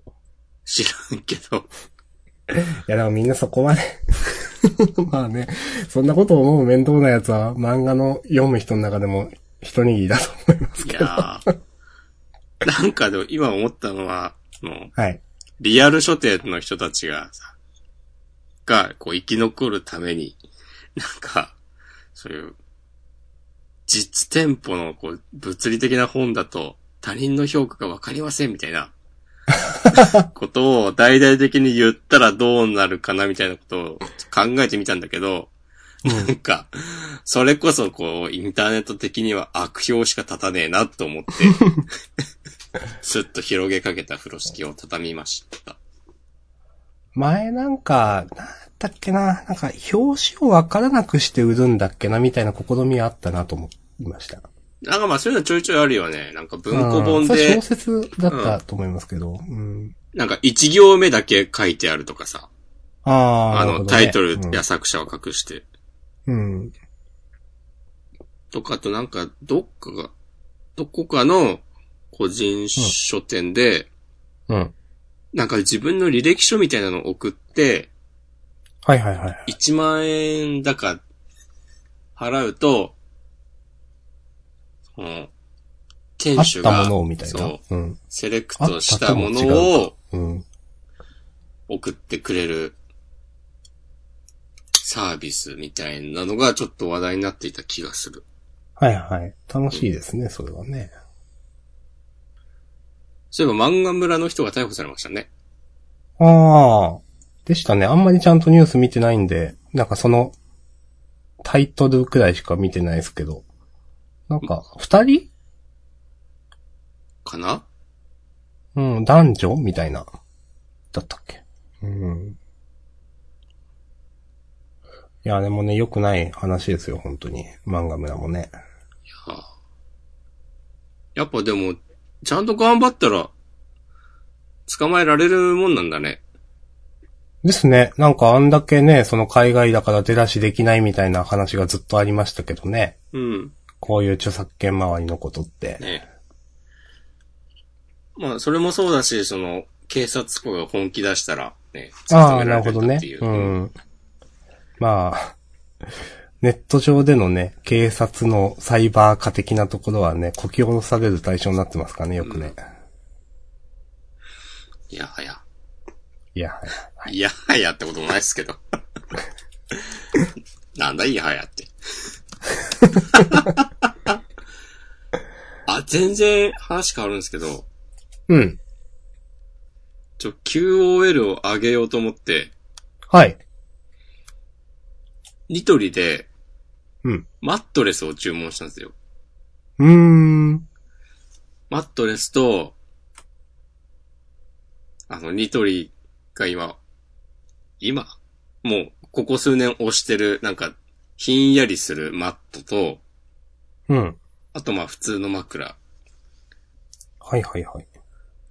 Speaker 1: 知らんけ ど。
Speaker 2: や、でもみんなそこまで。 まあね、そんなこと思う面倒なやつは、漫画の読む人の中でも、一握りだと思います。
Speaker 1: いやー。なんかでも今思ったのは、その、
Speaker 2: はい。
Speaker 1: リアル書店の人たちがさ、が、こう生き残るために、なんか、そういう、実店舗のこう物理的な本だと他人の評価がわかりませんみたいな、ことを大々的に言ったらどうなるかなみたいなことを考えてみたんだけど、なんか、それこそこう、インターネット的には悪評しか立たねえなと思って、すっと広げかけた風呂敷を畳みました。
Speaker 2: 前なんか、なんだっけな、なんか、表紙をわからなくして売るんだっけな、みたいな試みあったなと思いました。
Speaker 1: なんかまあそういうのちょいちょいあるよね。なんか文庫本
Speaker 2: うんそれ
Speaker 1: で
Speaker 2: 小、説だったと思いますけど。うん。
Speaker 1: なんか一行目だけ書いてあるとかさ。
Speaker 2: ああ。
Speaker 1: あ
Speaker 2: なるほ
Speaker 1: の、
Speaker 2: どね
Speaker 1: タイトル
Speaker 2: うん
Speaker 1: や作者を隠して。
Speaker 2: うん。
Speaker 1: とか、あとなんか、どっかが、どこかの個人書店で、
Speaker 2: うん。
Speaker 1: なんか自分の履歴書みたいなのを送って、
Speaker 2: はいはいはい。
Speaker 1: 1万円だか払うと、その、
Speaker 2: あ
Speaker 1: 店
Speaker 2: っ
Speaker 1: 主
Speaker 2: た
Speaker 1: が、
Speaker 2: ものをみたい
Speaker 1: そ
Speaker 2: な
Speaker 1: う。
Speaker 2: うん。
Speaker 1: セレクトしたも
Speaker 2: あったと
Speaker 1: のを
Speaker 2: うん。
Speaker 1: 送ってくれるサービスみたいなのがちょっと話題になっていた気がする。
Speaker 2: はいはい。楽しいですね、それはね。
Speaker 1: そういえば漫画村の人が逮捕されましたね。
Speaker 2: ああ。でしたね。あんまりちゃんとニュース見てないんで、なんかその、タイトルくらいしか見てないですけど。なんか、二人
Speaker 1: かな
Speaker 2: うん、男女みたいな。だったっけ。うん。いや、でもね、良くない話ですよ、本当に。漫画村もね。
Speaker 1: はあやっぱでも、ちゃんと頑張ったら、捕まえられるもんなんだね。
Speaker 2: ですね。なんかあんだけね、その海外だから手出しできないみたいな話がずっとありましたけどね。
Speaker 1: うん。
Speaker 2: こういう著作権周りのことって。
Speaker 1: ねまあ、それもそうだし、その、警察官が本気出したら、ね、
Speaker 2: ああ、
Speaker 1: め
Speaker 2: なるほどね
Speaker 1: ってい。う。
Speaker 2: うん。まあ、ネット上でのね、警察のサイバー化的なところはね、こき下ろされる対象になってますからね、よくね。
Speaker 1: いやはや。
Speaker 2: いや、
Speaker 1: いやはやってこともないですけど。 なんだいやはやって。あ、全然話変わるんですけど、
Speaker 2: うん。
Speaker 1: ちょ、QOL を上げようと思って、
Speaker 2: はい。
Speaker 1: ニトリで
Speaker 2: うん。
Speaker 1: マットレスを注文したんですよ。
Speaker 2: うーん。
Speaker 1: マットレスと、あの、ニトリが今、今、もう、ここ数年推してる、なんか、ひんやりするマットと、
Speaker 2: うん。
Speaker 1: あとまあ普通の枕
Speaker 2: はいはいはい。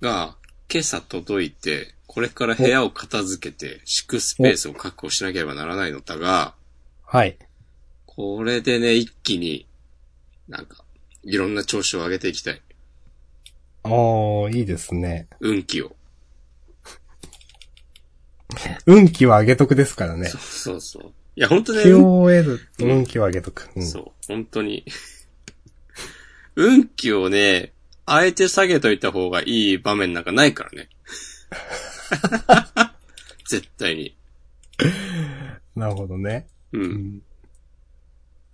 Speaker 1: が今朝届いて、これから部屋を片付けて敷くスペースを確保しなければならないのだが、
Speaker 2: はい。
Speaker 1: これでね、一気に、なんか、いろんな調子を上げていきたい。
Speaker 2: おー、いいですね。
Speaker 1: 運気を。
Speaker 2: 運気は上げとくですからね
Speaker 1: そ。うそうそう。いや、本当ね、
Speaker 2: QOL、運気は上げとく。うん
Speaker 1: そう、本当に。 運気をね、あえて下げといた方がいい場面なんかない からね。絶対に。
Speaker 2: なるほどね。
Speaker 1: う。
Speaker 2: うんん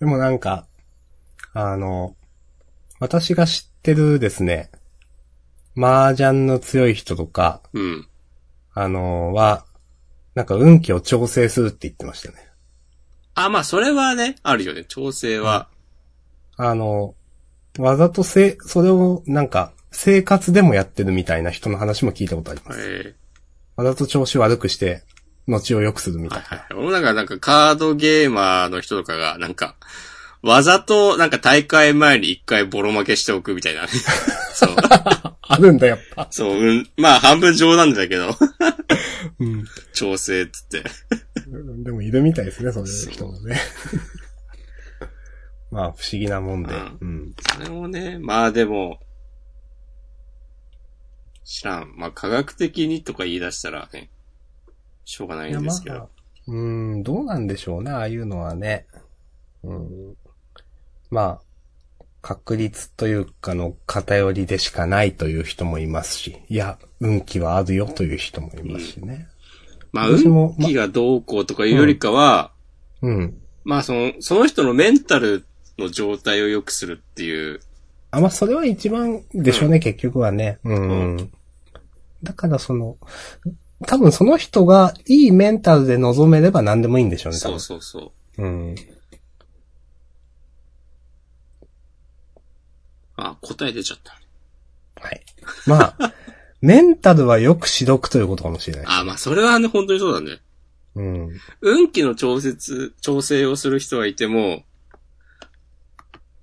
Speaker 2: でもなんか、あの、私が知ってるですね、麻雀の強い人とか、
Speaker 1: うん。
Speaker 2: あの、は、なんか運気を調整するって言ってましたね。
Speaker 1: あ、まあ、それはね、あるよね。調整は。
Speaker 2: あの、わざとせ、それをなんか、生活でもやってるみたいな人の話も聞いたことあります。
Speaker 1: え
Speaker 2: わざと調子悪くして、後を良くするみ
Speaker 1: ー
Speaker 2: た
Speaker 1: はいいは
Speaker 2: な。
Speaker 1: いはい。俺もなんか、なんか、カードゲーマーの人とかが、なんか、わざと、なんか大会前に一回ボロ負けしておくみたいな。 そう。
Speaker 2: あるんだ、やっぱ。
Speaker 1: そう、うん。まあ、半分冗談だけど、
Speaker 2: うん。
Speaker 1: 調整っつって。
Speaker 2: でもいるみたいですね、そういう人もね。 まあ、不思議なもんで。
Speaker 1: うん
Speaker 2: うん。
Speaker 1: それもね、まあでも、知らん。まあ科学的にとか言い出したらね、しょうがないんですけ
Speaker 2: いや
Speaker 1: ど
Speaker 2: まあ。うん、どうなんでしょうね、ああいうのはね。うん。まあ、確率というかの偏りでしかないという人もいますし、いや、運気はあるよという人もいますしね。
Speaker 1: まあ、
Speaker 2: 私も
Speaker 1: 運気がどうこうとかいうよりかは、
Speaker 2: うん。
Speaker 1: まあその、その人のメンタルの状態を良くするっていう、
Speaker 2: あ、まあ、それは一番でしょうね、結局はね。うん。
Speaker 1: う
Speaker 2: だからその、多分その人がいいメンタルで臨めれば何でもいいんでしょうね、多
Speaker 1: そう
Speaker 2: 分。
Speaker 1: そうそう。
Speaker 2: うん。
Speaker 1: あ、答え出ちゃった。
Speaker 2: はい。まあ、 メンタルはよくしどくということかもしれない。
Speaker 1: あ、まあそれはね、本当にそうだね。
Speaker 2: うん。
Speaker 1: 運気の調節、調整をする人はいても、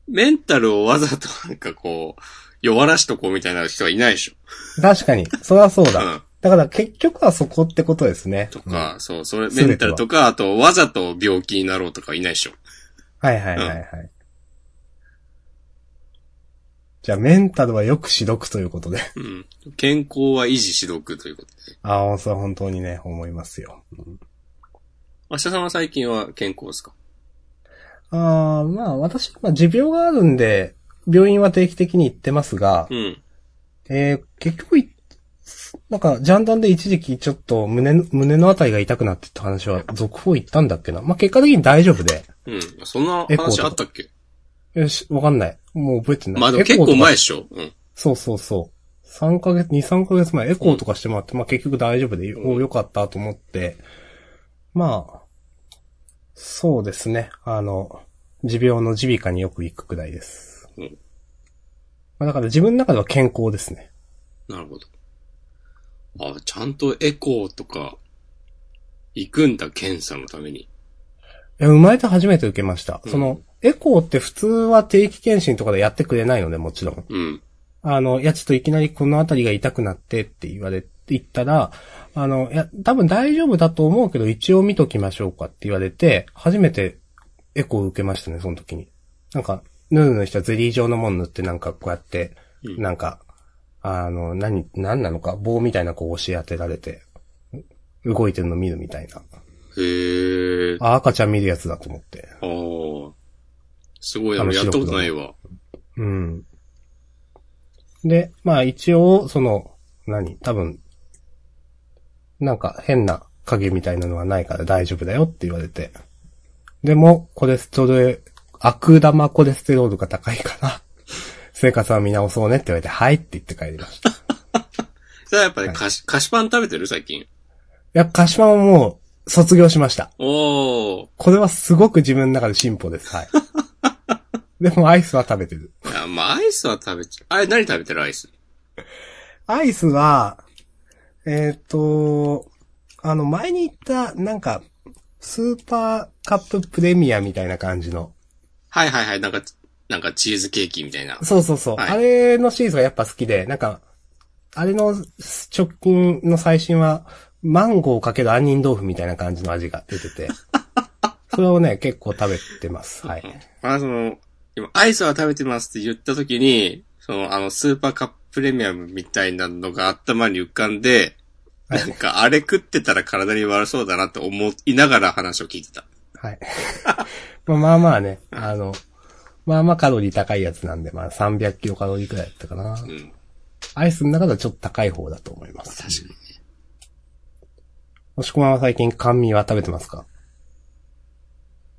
Speaker 1: メンタルをわざとなんかこう、弱らしとこうみたいな人はいないでしょ。
Speaker 2: 確かに。そりゃそう
Speaker 1: う
Speaker 2: だ。
Speaker 1: ん。
Speaker 2: だから結局はそこってことですね。
Speaker 1: とか、そう、それ、
Speaker 2: 全ては
Speaker 1: メンタルとか、あと、わざと病気になろうとかいないでしょ。
Speaker 2: うん。はいはいはいはい。じゃあ、メンタルはよくしどくというこ とで。
Speaker 1: うん。健康は維持しどくということで。
Speaker 2: ああ、それは本当にね、思いますよ。
Speaker 1: 明日さんは最近は健康ですか
Speaker 2: ああ、まあ私、まあ持病があるんで、病院は定期的に行ってますが、
Speaker 1: うん。
Speaker 2: えー結局い、なんか、ジャンダンで一時期ちょっと胸の、胸のあたりが痛くなってって話は続報行ったんだっけな。まあ結果的に大丈夫で。
Speaker 1: うん。そんな
Speaker 2: エコーと
Speaker 1: 話
Speaker 2: か
Speaker 1: あったっけ
Speaker 2: よし、わかんない。もう覚えてない。
Speaker 1: まあでも
Speaker 2: エ
Speaker 1: 結
Speaker 2: コーと
Speaker 1: 構
Speaker 2: か
Speaker 1: 前でしょ。うん。
Speaker 2: そうそうそう。3ヶ月、2、3ヶ月前、エコーとかしてもらって、まあ結局大丈夫で、
Speaker 1: うん
Speaker 2: およかったと思って、まあ、そうですね。あの、持病の耳鼻科によく行くくらいです。
Speaker 1: うん
Speaker 2: まあだから自分の中では健康ですね。
Speaker 1: なるほど。あ、ちゃんとエコーとか、行くんだ、検査のために。
Speaker 2: いや生まれて初めて受けました。
Speaker 1: うん
Speaker 2: その、エコーって普通は定期検診とかでやってくれないので、もちろん。
Speaker 1: うん。
Speaker 2: あの、いや、ちょっといきなりこの辺りが痛くなってって言われて、言ったら、あの、いや、多分大丈夫だと思うけど、一応見ときましょうかって言われて、初めてエコーを受けましたね、その時に。なんか、ヌルヌルしたゼリー状のもん塗ってなんかこうやって、
Speaker 1: うん
Speaker 2: なんか、あの、何、何なのか、棒みたいなこう押し当てられて、動いてるの見るみた いな。
Speaker 1: へえ。
Speaker 2: あ、赤ちゃん見るやつだと思って。
Speaker 1: ああ。すごい
Speaker 2: あ
Speaker 1: な、
Speaker 2: の
Speaker 1: やったことないわ。
Speaker 2: うん。で、まあ一応、その、何多分、なんか変な影みたいなのはないから大丈夫だよって言われて。でも、コレステロール、悪玉コレステロールが高いから、 生活は見直そうねって言われて、はいって言って帰りました。い
Speaker 1: じゃあやっぱね、
Speaker 2: はい
Speaker 1: 菓子、菓子パン食べてる最近。
Speaker 2: や、鹿島ももう、卒業しました。
Speaker 1: おー。
Speaker 2: これはすごく自分の中で進歩です。はい。でもアイスは食べてる。
Speaker 1: いや、まあ、アイスは食べちゃう。あれ、何食べてるアイス
Speaker 2: アイスは、えっ、と、あの、前に行った、なんか、スーパーカッププレミアみたいな感じの。
Speaker 1: はいはいはい、なんか、なんかチーズケーキみたいな。
Speaker 2: そうそうそう。
Speaker 1: はい
Speaker 2: あれのシリーズがやっぱ好きで、なんか、あれの直近の最新は、マンゴーかける杏仁豆腐みたいな感じの味が出てて。 それをね、結構食べてます。はい。
Speaker 1: まあ、その、今、アイスは食べてますって言った時に、その、あの、スーパーカッププレミアムみたいなのが頭に浮かんで、なんか、あれ食ってたら体に悪そうだなと思いながら話を聞いてた。
Speaker 2: はい。 まあまあまあね、あの、まあまあカロリー高いやつなんで、まあ300キロカロリーくらいだったかな。
Speaker 1: うん。
Speaker 2: アイスの中ではちょっと高い方だと思います。
Speaker 1: 確かに。
Speaker 2: もしこまは最近、甘味は食べてますか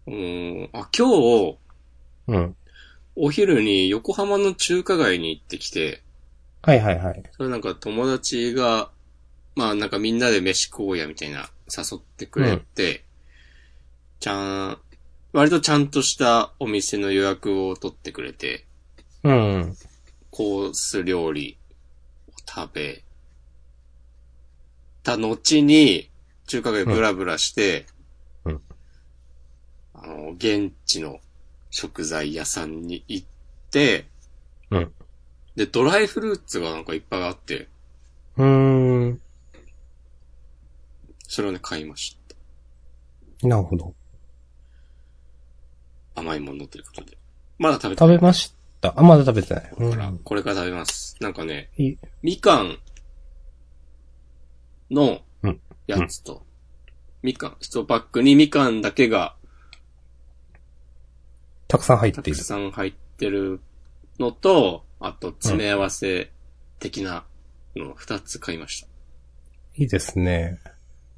Speaker 1: うん、あ、今日、
Speaker 2: うん。
Speaker 1: お昼に横浜の中華街に行ってきて、
Speaker 2: はいはいはい。
Speaker 1: それなんか友達が、まあなんかみんなで飯食おうやみたいな誘ってくれて、ちゃん、割とちゃんとしたお店の予約を取ってくれて、
Speaker 2: うん。
Speaker 1: コース料理を食べた後に、中華街ブラブラして、
Speaker 2: うんうん
Speaker 1: あの、現地の食材屋さんに行って、
Speaker 2: うん
Speaker 1: で、ドライフルーツがなんかいっぱいあって、
Speaker 2: うーん。
Speaker 1: それをね、買いまし
Speaker 2: なるほど。
Speaker 1: た。甘いものということで。まだ食べて
Speaker 2: 食
Speaker 1: ない
Speaker 2: べました。あ、まだ食べてない。う
Speaker 1: から
Speaker 2: ん、
Speaker 1: これから食べます。なんかね、
Speaker 2: い
Speaker 1: みかんの
Speaker 2: うん
Speaker 1: やつと、みかん、一パックにみかんだけが
Speaker 2: たくさん入ったて
Speaker 1: く
Speaker 2: いる。
Speaker 1: さん入ってるのと、あと詰め合わせ的なのを二つ買いました。
Speaker 2: いいですね。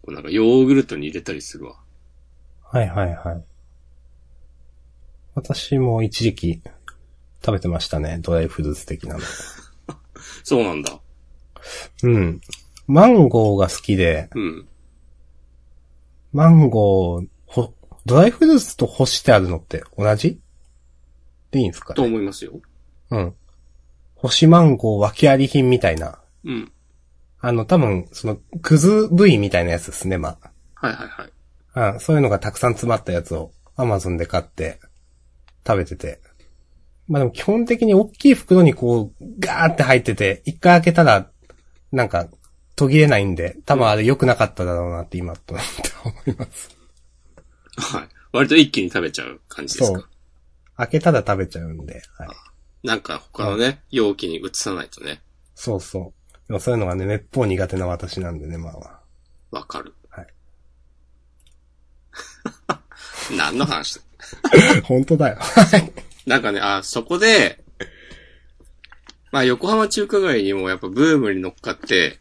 Speaker 1: こうなんかヨーグルトに入れたりするわ。
Speaker 2: はいはいはい。私も一時期食べてましたね。ドライフルーツ的なの。
Speaker 1: そうなんだ。
Speaker 2: うん。マンゴーが好きで、
Speaker 1: うん。
Speaker 2: マンゴー、ほ、ドライフルーツと干してあるのって同じでいいんですか
Speaker 1: と
Speaker 2: ね
Speaker 1: 思いますよ。
Speaker 2: うん。干しマンゴー訳あり品みたいな。
Speaker 1: うん。
Speaker 2: あの、多分、その、くず部位みたいなやつですね、ま
Speaker 1: はいはいはい。
Speaker 2: あ。うん、そういうのがたくさん詰まったやつを Amazon で買って食べてて。まあでも基本的に大きい袋にこう、ガーって入ってて、一回開けたら、なんか、途切れないんで、多分あれ良くなかっただろうなって今となって思います。
Speaker 1: はい。割と一気に食べちゃう感じです
Speaker 2: そう
Speaker 1: か。。
Speaker 2: 開けたら食べちゃうんで、はい。
Speaker 1: なんか他のね、容器に移さないとね、
Speaker 2: そうそう。でもそういうのがね、めっぽう苦手な私なんでね、まあまあ。
Speaker 1: わかる。
Speaker 2: はい。
Speaker 1: 何の話だ
Speaker 2: 本当だよ。
Speaker 1: なんかね、あ、そこで、まあ横浜中華街にもやっぱブームに乗っかって、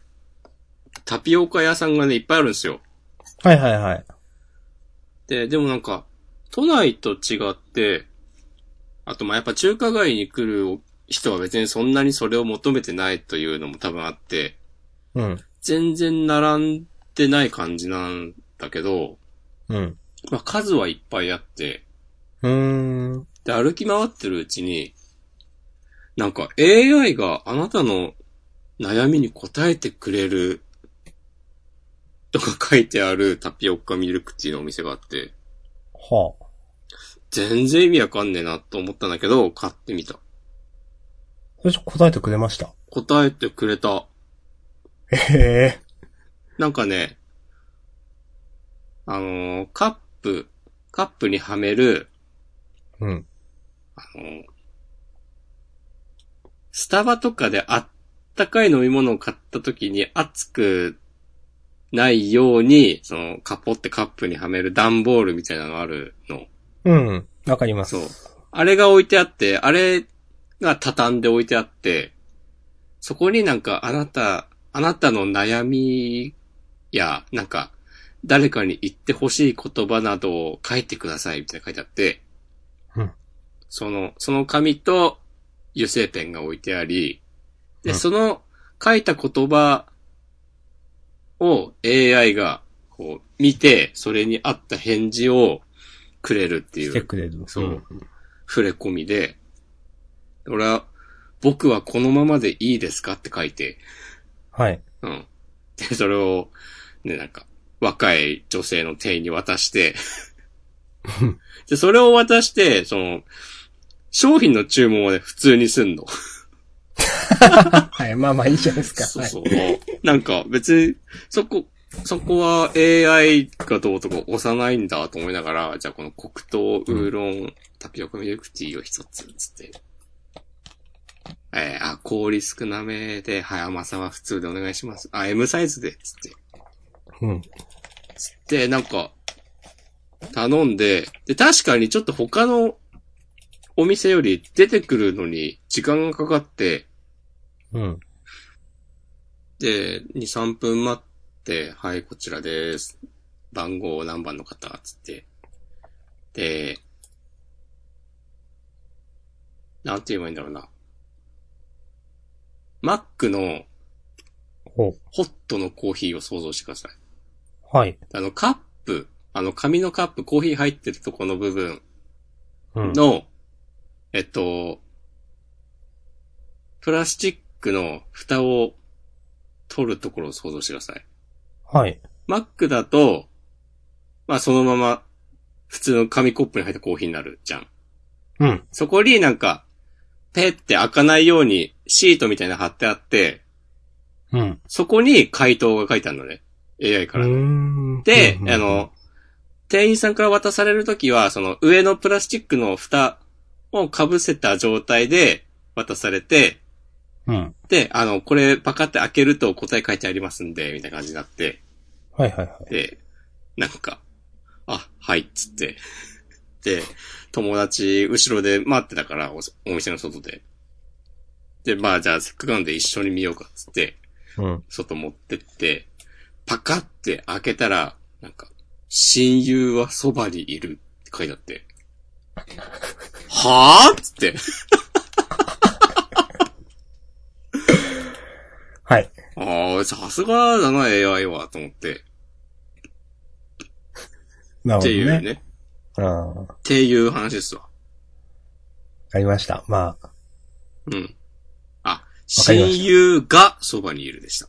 Speaker 1: タピオカ屋さんがね、いっぱいあるんですよ。
Speaker 2: はいはいはい。
Speaker 1: で、でもなんか、都内と違って、あとまあやっぱ中華街に来る人は別にそんなにそれを求めてないというのも多分あって、
Speaker 2: うん。
Speaker 1: 全然並んでない感じなんだけど、
Speaker 2: うん。
Speaker 1: まあ数はいっぱいあって、
Speaker 2: うーん。
Speaker 1: で、歩き回ってるうちに、なんか AI があなたの悩みに答えてくれるとか書いてあるタピオカミルクティーのお店があって、
Speaker 2: はあ。
Speaker 1: 全然意味わかんねえなと思ったんだけど、買ってみた。
Speaker 2: それちょっと答えてくれました。
Speaker 1: 答えてくれた。
Speaker 2: へえ。
Speaker 1: なんかね、あのーカップ、カップにはめる、
Speaker 2: うん。
Speaker 1: あのースタバとかであったかい飲み物を買った時に熱くないように、その、カポってカップにはめる段ボールみたいなのあるの。
Speaker 2: うん。わかります。
Speaker 1: そう。あれが置いてあって、あれが畳んで置いてあって、そこになんかあなた、あなたの悩みや、なんか、誰かに言ってほしい言葉などを書いてくださいみたいな書いてあって、
Speaker 2: うん
Speaker 1: その、その紙と油性ペンが置いてあり、で、
Speaker 2: うん
Speaker 1: その書いた言葉を AI がこう見て、それに合った返事をくれるっていう。
Speaker 2: してくれる。
Speaker 1: そう。触れ込みで、俺は、僕はこのままでいいですかって書いて、
Speaker 2: はい。
Speaker 1: うん。で、それを、ね、なんか、若い女性の店員に渡して、で、それを渡して、その、商品の注文はね、普通にすんの。
Speaker 2: はい。まあまあいいじゃないですか。
Speaker 1: そう
Speaker 2: はい。
Speaker 1: そう。 なんか、別に、そこ、そこは AI がどうとか押さないんだと思いながら、じゃあこの黒糖ウーロンタピオカミルクティーを一つ、つって。えーあ、氷少なめで、はい、甘さは普通でお願いします。あ、M サイズで、つって。
Speaker 2: うん。
Speaker 1: つって、なんか、頼んで、で、確かにちょっと他のお店より出てくるのに時間がかかって、
Speaker 2: うん。
Speaker 1: で、2、3分待って、はい、こちらです。番号何番の方、つって。で、なんて言えばいいんだろうな。Mac の
Speaker 2: ほう。
Speaker 1: ホットのコーヒーを想像してください。
Speaker 2: はい。
Speaker 1: あのカップ、あの紙のカップ、コーヒー入ってるとこの部分
Speaker 2: うん。
Speaker 1: の、えっと、プラスチックの蓋を取るところを想像してください。
Speaker 2: はい。
Speaker 1: Mac だと、まあそのまま普通の紙コップに入ったコーヒーになるじゃん。
Speaker 2: うん。
Speaker 1: そこになんか、ペって開かないようにシートみたいなの貼ってあって、
Speaker 2: うん。
Speaker 1: そこに回答が書いてあるのね。AI から
Speaker 2: う
Speaker 1: の。
Speaker 2: ーん
Speaker 1: で
Speaker 2: う、ん
Speaker 1: あの、店員さんから渡されるときは、その上のプラスチックの蓋を被せた状態で渡されて、
Speaker 2: うん。
Speaker 1: で、あの、これパカって開けると答え書いてありますんで、みたいな感じになって、
Speaker 2: はいはいはい。
Speaker 1: で、なんか、あ、はい、っつって。で、友達、後ろで待ってたから、おお店の外で。で、まあ、じゃあ、せっかくなんで一緒に見ようか、っつって、
Speaker 2: うん。
Speaker 1: 外持ってって、パカって開けたら、なんか、親友はそばにいるって書いてあって。はぁっつって。
Speaker 2: はい。
Speaker 1: ああ、さすがだな、AI は、と思って。っ
Speaker 2: なるほど
Speaker 1: ていう
Speaker 2: ね。
Speaker 1: ね。
Speaker 2: うん。
Speaker 1: っていう話ですわ。
Speaker 2: ありました。まあ、
Speaker 1: うん。あ、
Speaker 2: わかりました
Speaker 1: 親友がそばにいるでした。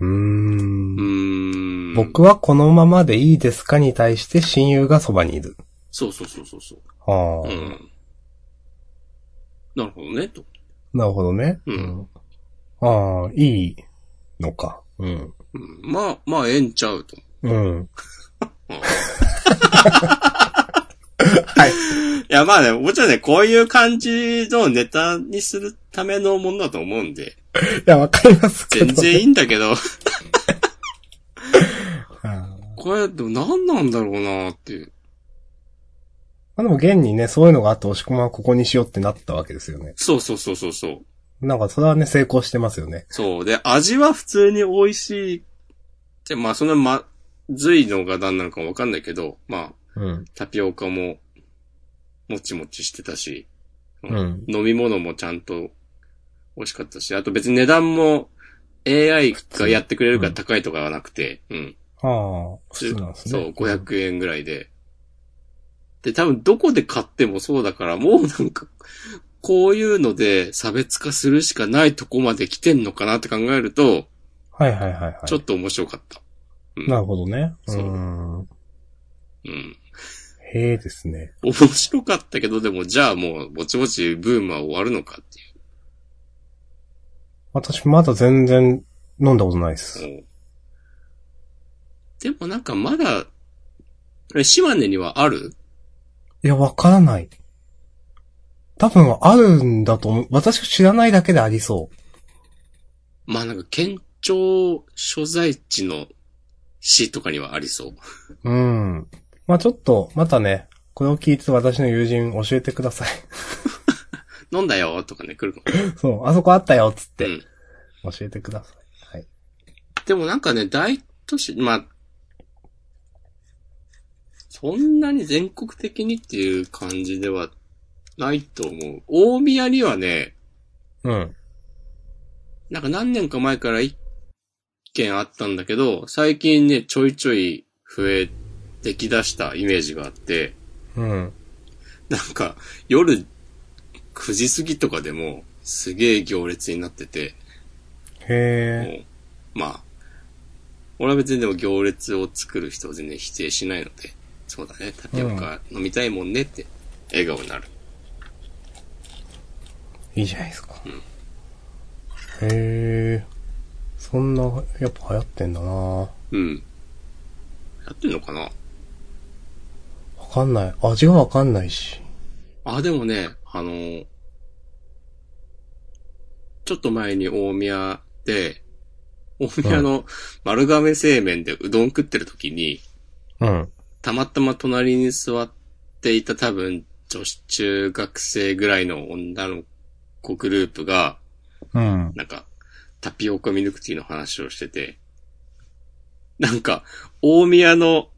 Speaker 2: うー。
Speaker 1: うんーん。
Speaker 2: 僕はこのままでいいですかに対して親友がそばにいる。
Speaker 1: そうそうそうそうそう。
Speaker 2: は
Speaker 1: う
Speaker 2: あ。
Speaker 1: ん。なるほどね、と。
Speaker 2: なるほどね。
Speaker 1: うん。
Speaker 2: ああ、いいのか。うん。
Speaker 1: うん、まあ、まあ、ええんちゃうと。
Speaker 2: うん。
Speaker 1: いや、まあね、もちろんね、こういう感じのネタにするためのものだと思うんで、
Speaker 2: いや、わかりますけど。
Speaker 1: 全然いいんだけ ど、
Speaker 2: あ
Speaker 1: これ、でも何なんだろうなっていう。
Speaker 2: あでも現にね、そういうのがあって押し込まはここにしようってなったわけですよね。
Speaker 1: そうそうそうそうそう。
Speaker 2: なんかそれはね、成功してますよね。
Speaker 1: そう。で、味は普通に美味しい。で、まあ、そんなまずいのが何なのかわかんないけど、まあ、
Speaker 2: うん。
Speaker 1: タピオカも、もちもちしてたし、
Speaker 2: うん。
Speaker 1: 飲み物もちゃんと美味しかったし、あと別に値段も AI がやってくれるから高いとかはなくて、うん。
Speaker 2: はあ、普通なんです
Speaker 1: そ
Speaker 2: ね。
Speaker 1: う、500円ぐらいで。で、多分どこで買ってもそうだから、もうなんか、こういうので差別化するしかないとこまで来てんのかなって考えると、
Speaker 2: はいはいはいはい。
Speaker 1: ちょっと面白かった。うん
Speaker 2: なるほどね。
Speaker 1: そうう
Speaker 2: ーん。
Speaker 1: うん。
Speaker 2: へえですね。
Speaker 1: 面白かったけど、でもじゃあもう、ぼちぼちブームは終わるのかっていう
Speaker 2: 私まだ全然飲んだことないです。
Speaker 1: もうでもなんかまだ、え島根にはある
Speaker 2: いや、わからない。多分あるんだと思う。私が知らないだけでありそう。
Speaker 1: まあなんか県庁所在地の市とかにはありそう。
Speaker 2: うん。まあちょっと、またね、これを聞いて私の友人教えてください。
Speaker 1: 飲んだよとかね、来るかも
Speaker 2: そう、あそこあったよ、つっ
Speaker 1: う
Speaker 2: て
Speaker 1: ん。
Speaker 2: 教えてください。はい。
Speaker 1: でもなんかね、大都市、まあ、そんなに全国的にっていう感じではないと思う。大宮にはね、
Speaker 2: うん。
Speaker 1: なんか何年か前から一件あったんだけど、最近ね、ちょいちょい増えてきだしたイメージがあって、
Speaker 2: うん。
Speaker 1: なんか夜9時過ぎとかでもすげえ行列になってて、
Speaker 2: へえ。
Speaker 1: もう、まあ、俺は別にでも行列を作る人を全然否定しないので、そうだね、タピオカ飲みたいもんねって、笑顔になる。
Speaker 2: いいじゃないですか。へえ。そんな、やっぱ流行ってんだなわ
Speaker 1: うん。やってんのかな
Speaker 2: かんない。味がわかんないし。
Speaker 1: あ、でもね、あのちょっと前に大宮で、大宮の丸亀製麺でうどん食ってる時に、
Speaker 2: うん。
Speaker 1: たまたま隣に座っていた多分女子中学生ぐらいの女の子グループが、
Speaker 2: うん。
Speaker 1: なんか、タピオカミルクティーの話をしてて、なんか、大宮の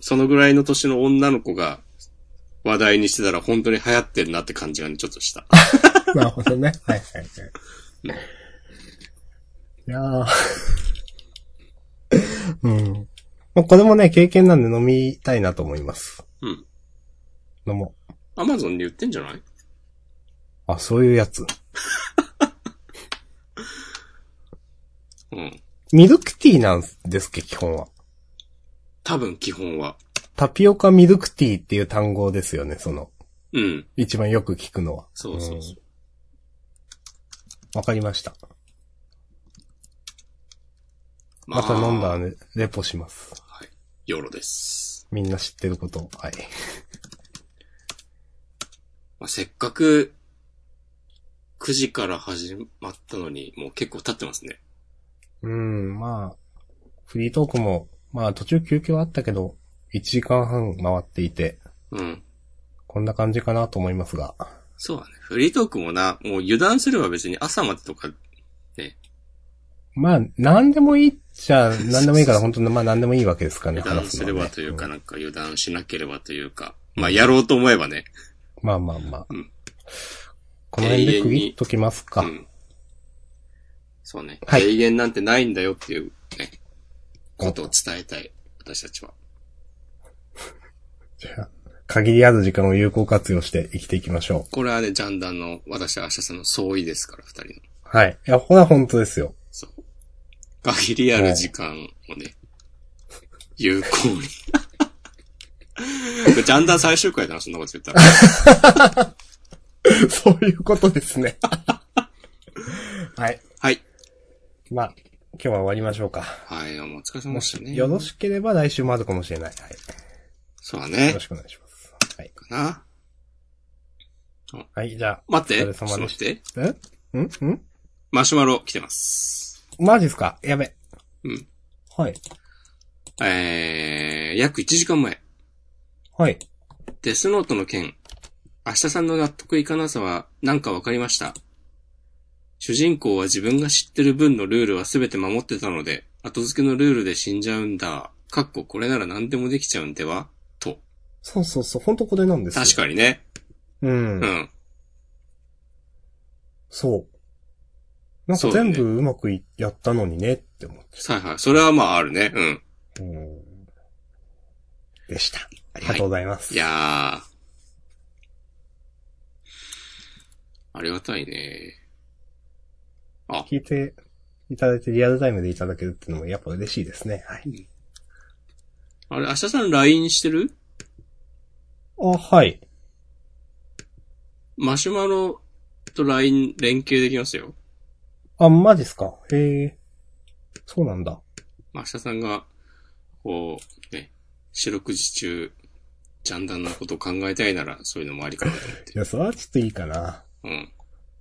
Speaker 1: そのぐらいの年の女の子が話題にしてたら本当に流行ってるなって感じがね、ちょっとした。
Speaker 2: なるほどね。はいはいはい。いやー。 うん。まあ、これもね、経験なんで飲みたいなと思います。
Speaker 1: うん。
Speaker 2: 飲もう。
Speaker 1: アマゾンに言ってんじゃない
Speaker 2: あ、そういうやつ。
Speaker 1: うん。
Speaker 2: ミルクティーなんですっけ、基本は。
Speaker 1: 多分基本は。
Speaker 2: タピオカミルクティーっていう単語ですよね、その。
Speaker 1: うん。
Speaker 2: 一番よく聞くのは。
Speaker 1: そうそうそう。
Speaker 2: わかりました。
Speaker 1: ま
Speaker 2: また飲んだらね、レポします。
Speaker 1: ヨロです。
Speaker 2: みんな知ってることを。はい。
Speaker 1: まあ、せっかく、9時から始まったのに、もう結構経ってますね。
Speaker 2: うん、まあ、フリートークも、まあ途中休憩はあったけど、1時間半回っていて、
Speaker 1: うん。
Speaker 2: こんな感じかなと思いますが。
Speaker 1: そうだね。フリートークもな、もう油断すれば別に朝までとか、
Speaker 2: まあ、なんでもいいっちゃ、なんでもいい から、本当に、まあなんでもいいわけですからね、
Speaker 1: 油断
Speaker 2: 話
Speaker 1: す
Speaker 2: す
Speaker 1: れ
Speaker 2: のは
Speaker 1: ば
Speaker 2: ね
Speaker 1: というか、なんか油断しなければというか、まあやろうと思えばね。
Speaker 2: うんまあまあまあ
Speaker 1: うん。
Speaker 2: この辺で区切っときます
Speaker 1: う
Speaker 2: か。
Speaker 1: ん。そうね。
Speaker 2: はい
Speaker 1: 永遠なんてないんだよっていうね、ことを伝えたい、私たちは。
Speaker 2: じゃあ限りある時間を有効活用して生きていきましょう。
Speaker 1: これはね、ジャンダンの、私は明日さんの相違ですから、二人の。
Speaker 2: はい。いや、ほら、本当ですよ。
Speaker 1: そう。限りある時間をね、有効 に。ジャンダン最終回だな、そんなこと言ったら。
Speaker 2: そういうことですね。 はい。
Speaker 1: はい。
Speaker 2: まあ、今日は終わりましょうか。
Speaker 1: はい、お疲れ様
Speaker 2: も
Speaker 1: でしたね。
Speaker 2: し、よろしければ来週もあるかもしれない。はい。
Speaker 1: そうだ
Speaker 2: よ
Speaker 1: ね
Speaker 2: ろ。しくお願いします。はい。
Speaker 1: かな。
Speaker 2: はい、じゃあ。
Speaker 1: 待っ
Speaker 2: お疲れ
Speaker 1: て、ちょっ
Speaker 2: 様
Speaker 1: と
Speaker 2: で
Speaker 1: 待
Speaker 2: し
Speaker 1: って。
Speaker 2: た。えんん
Speaker 1: マシュマロ来てます。
Speaker 2: マジっすかやべ。
Speaker 1: うん。
Speaker 2: はい。
Speaker 1: えー、約1時間前。
Speaker 2: はい。
Speaker 1: デスノートの件。明日さんの納得いかなさはなんかわかりました。主人公は自分が知ってる分のルールは全て守ってたので、後付けのルールで死んじゃうんだ。かっここれなら何でもできちゃうんではと。
Speaker 2: そうそうそう、本当これなんですよ。
Speaker 1: 確かにね。
Speaker 2: に。う。
Speaker 1: うんん。
Speaker 2: そう。なんか全部うまくいやったのにねって思って
Speaker 1: はいはい。それはまああるね。うん。
Speaker 2: た。うん。でした。ありがとうございます。
Speaker 1: いやー。ありがたいね。あ、
Speaker 2: 聞いていただいてリアルタイムでいただけるっていうのもやっぱ嬉しいですね。はい。
Speaker 1: あれ、明日さん LINE してる
Speaker 2: あ、はい。
Speaker 1: マシュマロと LINE 連携できますよ。
Speaker 2: あ、マジっすかへえ。そうなんだ。
Speaker 1: まあ、明日さんが、こう、ね、四六時中、ジャンダンのことを考えたいなら、そういうのもありかなと思って
Speaker 2: い。や、それはちょっといいかな。
Speaker 1: うん。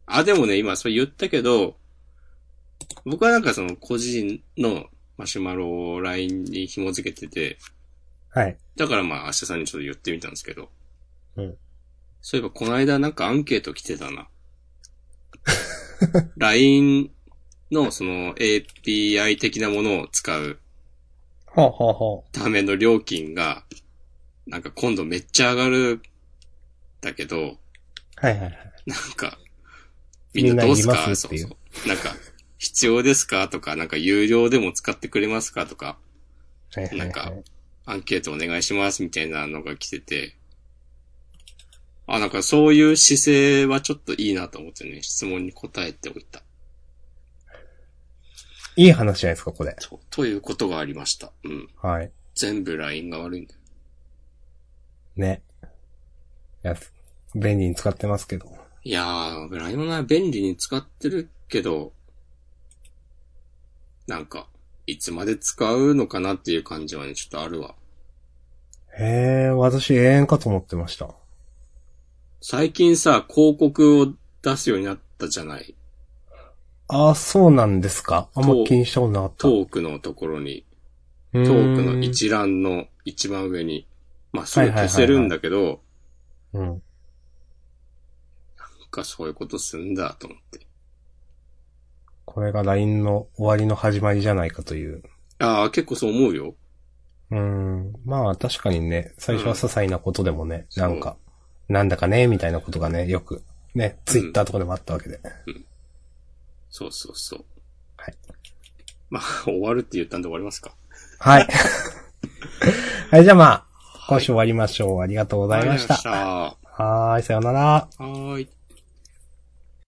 Speaker 1: あ、でもね、今、それ言ったけど、僕はなんかその、個人のマシュマロを LINE に紐付けてて、
Speaker 2: はい。
Speaker 1: だからまあ、明日さんにちょっと言ってみたんですけど。
Speaker 2: うん。
Speaker 1: そういえば、この間なんかアンケート来てたな。LINE のその API 的なものを使う
Speaker 2: はあ、はあはあ、
Speaker 1: ための料金が、なんか今度めっちゃ上がる、だけど、
Speaker 2: はいはいはい。
Speaker 1: なんか、みんなどうす
Speaker 2: みんないり
Speaker 1: か
Speaker 2: ます
Speaker 1: そ
Speaker 2: って
Speaker 1: う
Speaker 2: いう
Speaker 1: そう。なんか、必要ですかとか、なんか有料でも使ってくれますかとか、
Speaker 2: はいはいはい
Speaker 1: なんかアンケートお願いしますみたいなのが来てて、あ、なんかそういう姿勢はちょっといいなと思ってね、質問に答えておいた。
Speaker 2: いい話じゃないですか、これ。
Speaker 1: とということがありました。うん。
Speaker 2: はい。
Speaker 1: 全部 LINE が悪いんだよ。
Speaker 2: ね。いや、便利に使ってますけど。
Speaker 1: いやー、LINE もな、便利に使ってるけど、なんか、いつまで使うのかなっていう感じはね、ちょっとあるわ。
Speaker 2: へえ、私永遠かと思ってました。
Speaker 1: 最近さ、広告を出すようになったじゃない。
Speaker 2: あ、そうなんですかあんま
Speaker 1: と
Speaker 2: 気にしたことなかった。
Speaker 1: トークのところに、
Speaker 2: うーん
Speaker 1: トークの。一覧の一番上に、まあ、すぐ消せるんだけど、
Speaker 2: うん。
Speaker 1: なんかそういうことすんだと思って。
Speaker 2: これが LINE の終わりの始まりじゃないかという。
Speaker 1: ああ、結構そう思うよ。
Speaker 2: ううん。まあ確かにね、最初は些細なことでもね、
Speaker 1: うん
Speaker 2: なんか、なんだかね、みたいなことがね、よく、ね、ツイッターとかでもあったわけで。
Speaker 1: そうそうそう。
Speaker 2: はい。
Speaker 1: まあ、終わるって言ったんで終わりますか。
Speaker 2: はい。 はい、じゃあまあ、今週終わりましょう。ありがとうございました。
Speaker 1: ありがとうございま
Speaker 2: はーい、さようなら。
Speaker 1: したはーい。